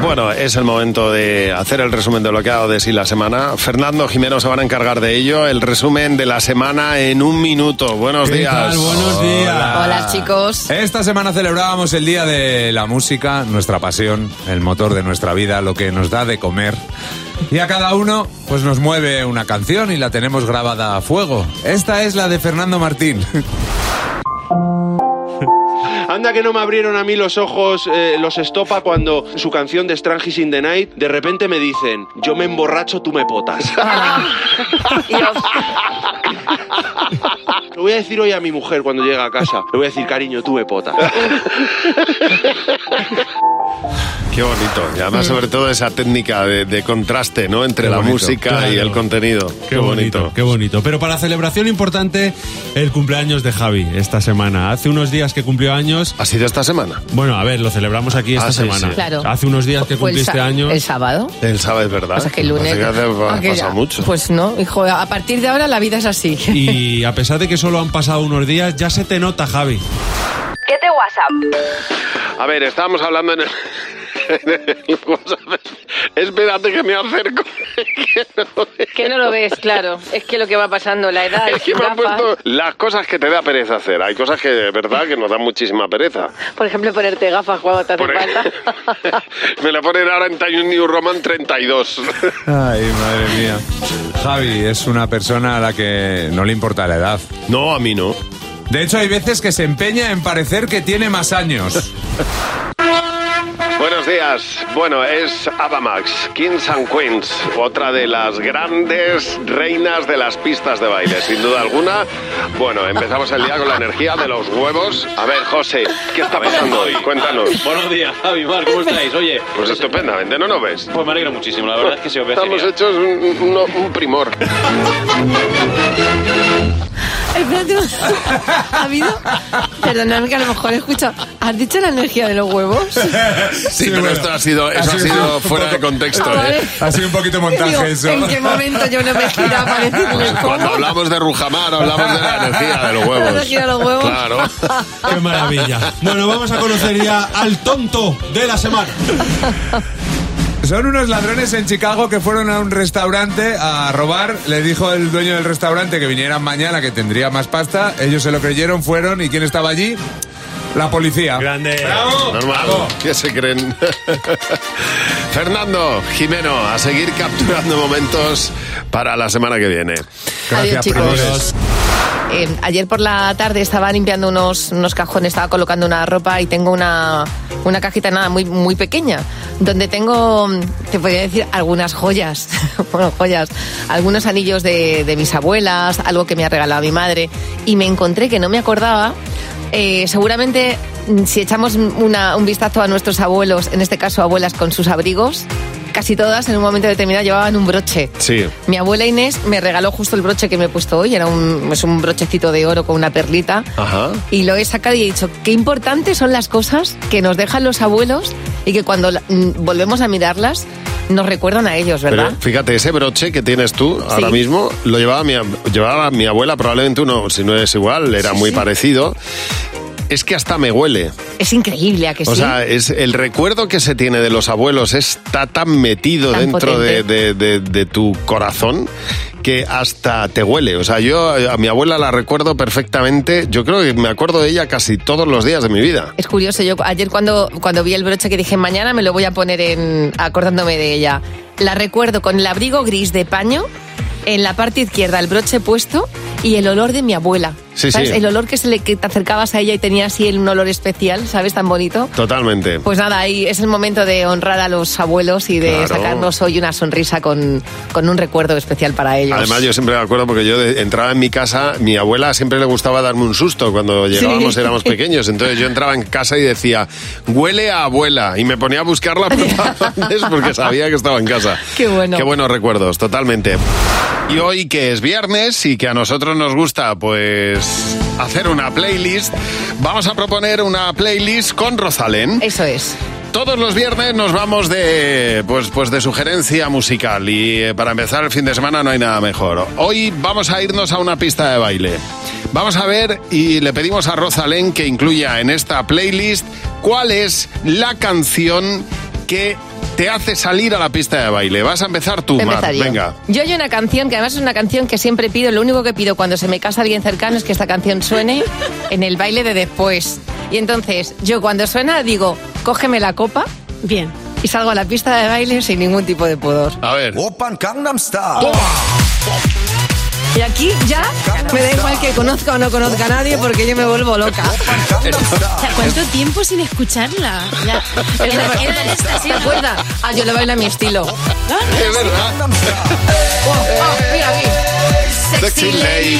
C: Bueno, es el momento de hacer el resumen de lo que ha dado de sí la semana. Fernando Jimeno se van a encargar de ello. El resumen de la semana en un minuto. Buenos
W: ¿Qué
C: días.
W: tal? Buenos días.
D: Hola, chicos.
W: Esta semana celebrábamos el Día de la Música, nuestra pasión, el motor de nuestra vida, lo que nos da de comer. Y a cada uno, pues nos mueve una canción y la tenemos grabada a fuego. Esta es la de Fernando Martín.
K: Anda que no me abrieron a mí los ojos eh, los estopa cuando su canción de Strangis in the Night de repente me dicen yo me emborracho, tú me potas. Lo voy a decir hoy a mi mujer cuando llega a casa. Le voy a decir, cariño, tú me potas.
C: Qué bonito. Y además, sobre todo, esa técnica de, de contraste, ¿no? Entre
E: Qué
C: la
E: bonito,
C: música y
E: claro.
C: el contenido.
E: Qué bonito, qué bonito. Pero para celebración importante, el cumpleaños de Javi esta semana. Hace unos días que cumplió años.
C: ¿Ha sido esta semana?
E: Bueno, a ver, lo celebramos aquí esta
C: Ah, sí,
E: semana.
C: sí. Claro.
E: Hace unos días que
D: Fue Pues el
E: cumpliste
D: sa-
E: años.
D: El sábado.
C: Él sabe, es verdad.
D: O sea, que el lunes.
E: Parece que hace- ha
D: Ah, que
E: pasado
D: ya.
E: mucho.
D: Pues no, hijo, a partir de ahora la vida es así.
E: Y a pesar de que solo han pasado unos días, ya se te nota, Javi.
J: ¿Qué te WhatsApp?
C: A ver, estábamos hablando en el... en el WhatsApp. Espérate que me acerco.
L: Que no lo ves, claro. Es que lo que va pasando, la edad,
C: Es que me han puesto las cosas que te da pereza hacer. Hay cosas que, de verdad, que nos dan muchísima pereza.
L: Por ejemplo, ponerte gafas cuando te hace falta.
C: Me la ponen ahora en Time New Roman 32.
W: Ay, madre mía. Javi es una persona a la que no le importa la edad.
C: No, a mí no.
W: De hecho, hay veces que se empeña en parecer que tiene más años.
C: Buenos días. Bueno, es Abamax, Kings and Queens, otra de las grandes reinas de las pistas de baile, sin duda alguna. Bueno, empezamos el día con la energía de los huevos. A ver, José, ¿qué está pasando hoy? Cuéntanos.
K: Buenos días, Javi, Mar, ¿cómo estáis? Oye,
C: Pues estupendamente, ¿no nos ves?
K: pues me alegro muchísimo, la verdad es que se os ve
C: Estamos
K: genial.
C: hechos un, un- un primor.
D: Espérate, ¿ha habido? Perdonadme que a lo mejor he escuchado. ¿Has dicho la energía de los huevos?
C: Sí, pero esto ha sido, eso ha sido, fuera de contexto.
D: Ah, vale.
C: ¿eh?
W: Ha sido un poquito
D: montaje Digo, eso. ¿en qué momento yo no me giraba para decirle cómo?
C: Cuando hablamos de Rujamar, hablamos de la energía de los huevos.
D: La energía de los huevos.
C: Claro.
E: Qué maravilla. Bueno, vamos a conocer ya al tonto de la semana.
W: Son unos ladrones en Chicago que fueron a un restaurante a robar. Le dijo el dueño del restaurante que vinieran mañana, que tendría más pasta. Ellos se lo creyeron, fueron. ¿Y quién estaba allí? La policía. Grande. ¡Bravo!
C: Normal. ¿Qué se creen? Fernando, Jimeno, a seguir capturando momentos para la semana que viene.
D: Adiós, chicos. Eh, ayer por la tarde estaba limpiando unos, unos cajones, estaba colocando una ropa y tengo una, una cajita nada muy, muy pequeña, donde tengo, te podría decir, algunas joyas, bueno, joyas, algunos anillos de, de mis abuelas, algo que me ha regalado mi madre, y me encontré que no me acordaba, eh, seguramente mm, si echamos una- un vistazo a nuestros abuelos, en este caso abuelas con sus abrigos, casi todas en un momento determinado llevaban un broche.
C: Sí.
D: Mi abuela Inés me regaló justo el broche que me he puesto hoy, era un, es un brochecito de oro con una perlita.
C: Ajá.
D: Y lo he sacado y he dicho, qué importantes son las cosas que nos dejan los abuelos y que cuando la- mm, volvemos a mirarlas nos recuerdan a ellos, ¿verdad?
C: Pero fíjate, ese broche que tienes tú ahora mismo lo llevaba mi, ab- llevaba mi abuela, probablemente uno, si no es igual, era muy parecido. Es que hasta me huele.
D: Es increíble a que
C: o
D: sí.
C: sea, es el recuerdo que se tiene de los abuelos está tan metido
D: Tan
C: dentro de, de-
D: potente.
C: de- de tu corazón que hasta te huele. O sea, yo a mi abuela la recuerdo perfectamente. Yo creo que me acuerdo de ella casi todos los días de mi vida.
D: Es curioso, yo ayer cuando, cuando vi el broche que dije mañana me lo voy a poner en acordándome de ella. La recuerdo con el abrigo gris de paño, en la parte izquierda el broche puesto y el olor de mi abuela.
C: Sí,
D: ¿Sabes?
C: sí.
D: El olor que, se le, que te acercabas a ella y tenía así el- un olor especial, ¿sabes? Tan bonito.
C: Totalmente.
D: Pues nada, ahí es el momento de honrar a los abuelos y de
C: Claro.
D: sacarnos hoy una sonrisa con, con un recuerdo especial para ellos.
C: Además, yo siempre me acuerdo porque yo de- entraba en mi casa, mi abuela siempre le gustaba darme un susto cuando llegábamos,
D: Sí.
C: éramos pequeños. Entonces yo entraba en casa y decía, huele a abuela. Y me ponía a buscarla por antes porque sabía que estaba en casa.
D: Qué bueno.
C: Qué buenos recuerdos, totalmente. Y hoy que es viernes y que a nosotros nos gusta, pues, hacer una playlist, vamos a proponer una playlist con Rosalén.
D: Eso es.
C: Todos los viernes nos vamos de, pues, pues de sugerencia musical y eh, para empezar el fin de semana no hay nada mejor. Hoy vamos a irnos a una pista de baile. Vamos a ver y le pedimos a Rosalén que incluya en esta playlist cuál es la canción que te hace salir a la pista de baile. Vas a empezar tú, Mar.
D: Empezar yo.
C: Venga.
D: Yo hay una canción que además es una canción que siempre pido. Lo único que pido cuando se me casa alguien cercano es que esta canción suene en el baile de después. Y entonces yo cuando suena digo, cógeme la copa. Bien. Y salgo a la pista de baile sin ningún tipo de pudor.
C: A ver.
F: Open Gangnam Style.
D: Y aquí ya me da igual que conozca o no conozca a nadie porque yo me vuelvo loca.
N: O sea, ¿cuánto tiempo sin escucharla? Ya. Era, era de estas,
D: ¿Te acuerdas? Ah, yo le bailo a mi estilo. Ah,
C: Es verdad.
D: mira aquí.
C: Sexy Lady.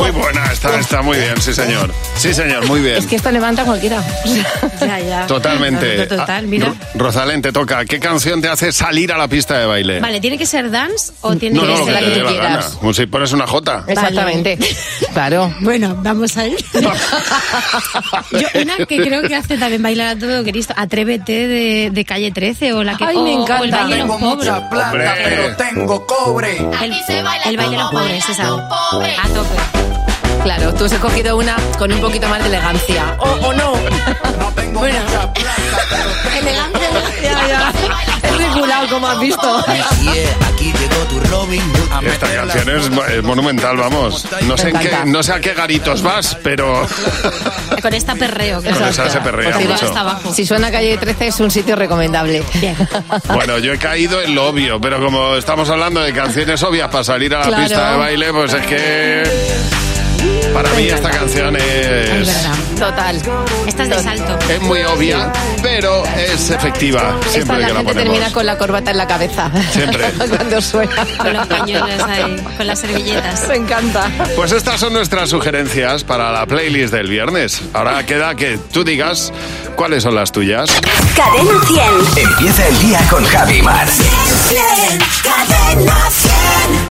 C: Muy buena, está, está muy bien, sí señor. Sí señor, muy bien.
D: Es que esto levanta a cualquiera. ya, ya.
C: Totalmente.
N: Total, mira.
C: Ah, Ro- Rosalén, te toca. ¿Qué canción te hace salir a la pista de baile?
N: Vale, ¿tiene que ser dance o tiene
C: no,
N: que
C: no,
N: ser
C: que te dé la gana. Como si pones una jota.
N: Exactamente.
D: Claro.
N: Bueno, vamos a ir. Yo una que creo que hace también bailar a todo Cristo, Atrévete de, de Calle 13 o la que
F: Ay, me
N: o-
F: encanta.
N: o el baile de los
F: Tengo
N: pobres.
F: mucha plata, Hombre. pero tengo cobre.
N: El, el baile de los pobres, esa. A tope.
D: Claro, tú has escogido una con un poquito más de elegancia. ¿O, o no? bueno.
N: Elegante.
D: Ya, ya. Es regular, como has visto. eh,
C: Esta canción es, es monumental, vamos. No sé, en
N: Me
C: qué-
N: encanta.
C: no sé a qué garitos vas, pero
N: Con esta perreo. que
C: Con
N: hace.
C: esa se perrea
N: Porque Pues va
C: mucho.
N: hasta abajo.
D: Si suena calle 13 es un sitio recomendable.
C: bueno, yo he caído en lo obvio. Pero como estamos hablando de canciones obvias para salir a la
D: Claro.
C: pista de baile, pues es que para mí esta canción
N: Es
C: es,
N: verdad.
D: Total.
N: Esta es de salto.
C: es muy obvia, pero es efectiva
D: Esta
C: siempre
D: la
C: que la
D: gente
C: ponemos.
D: termina con la corbata en la cabeza.
C: Siempre.
D: Cuando suena.
N: Con los pañuelos ahí, con las servilletas.
D: Me encanta.
C: Pues estas son nuestras sugerencias para la playlist del viernes. Ahora queda que tú digas cuáles son las tuyas.
F: Cadena 100. Empieza el día con Javi Mar.
U: Cadena 100.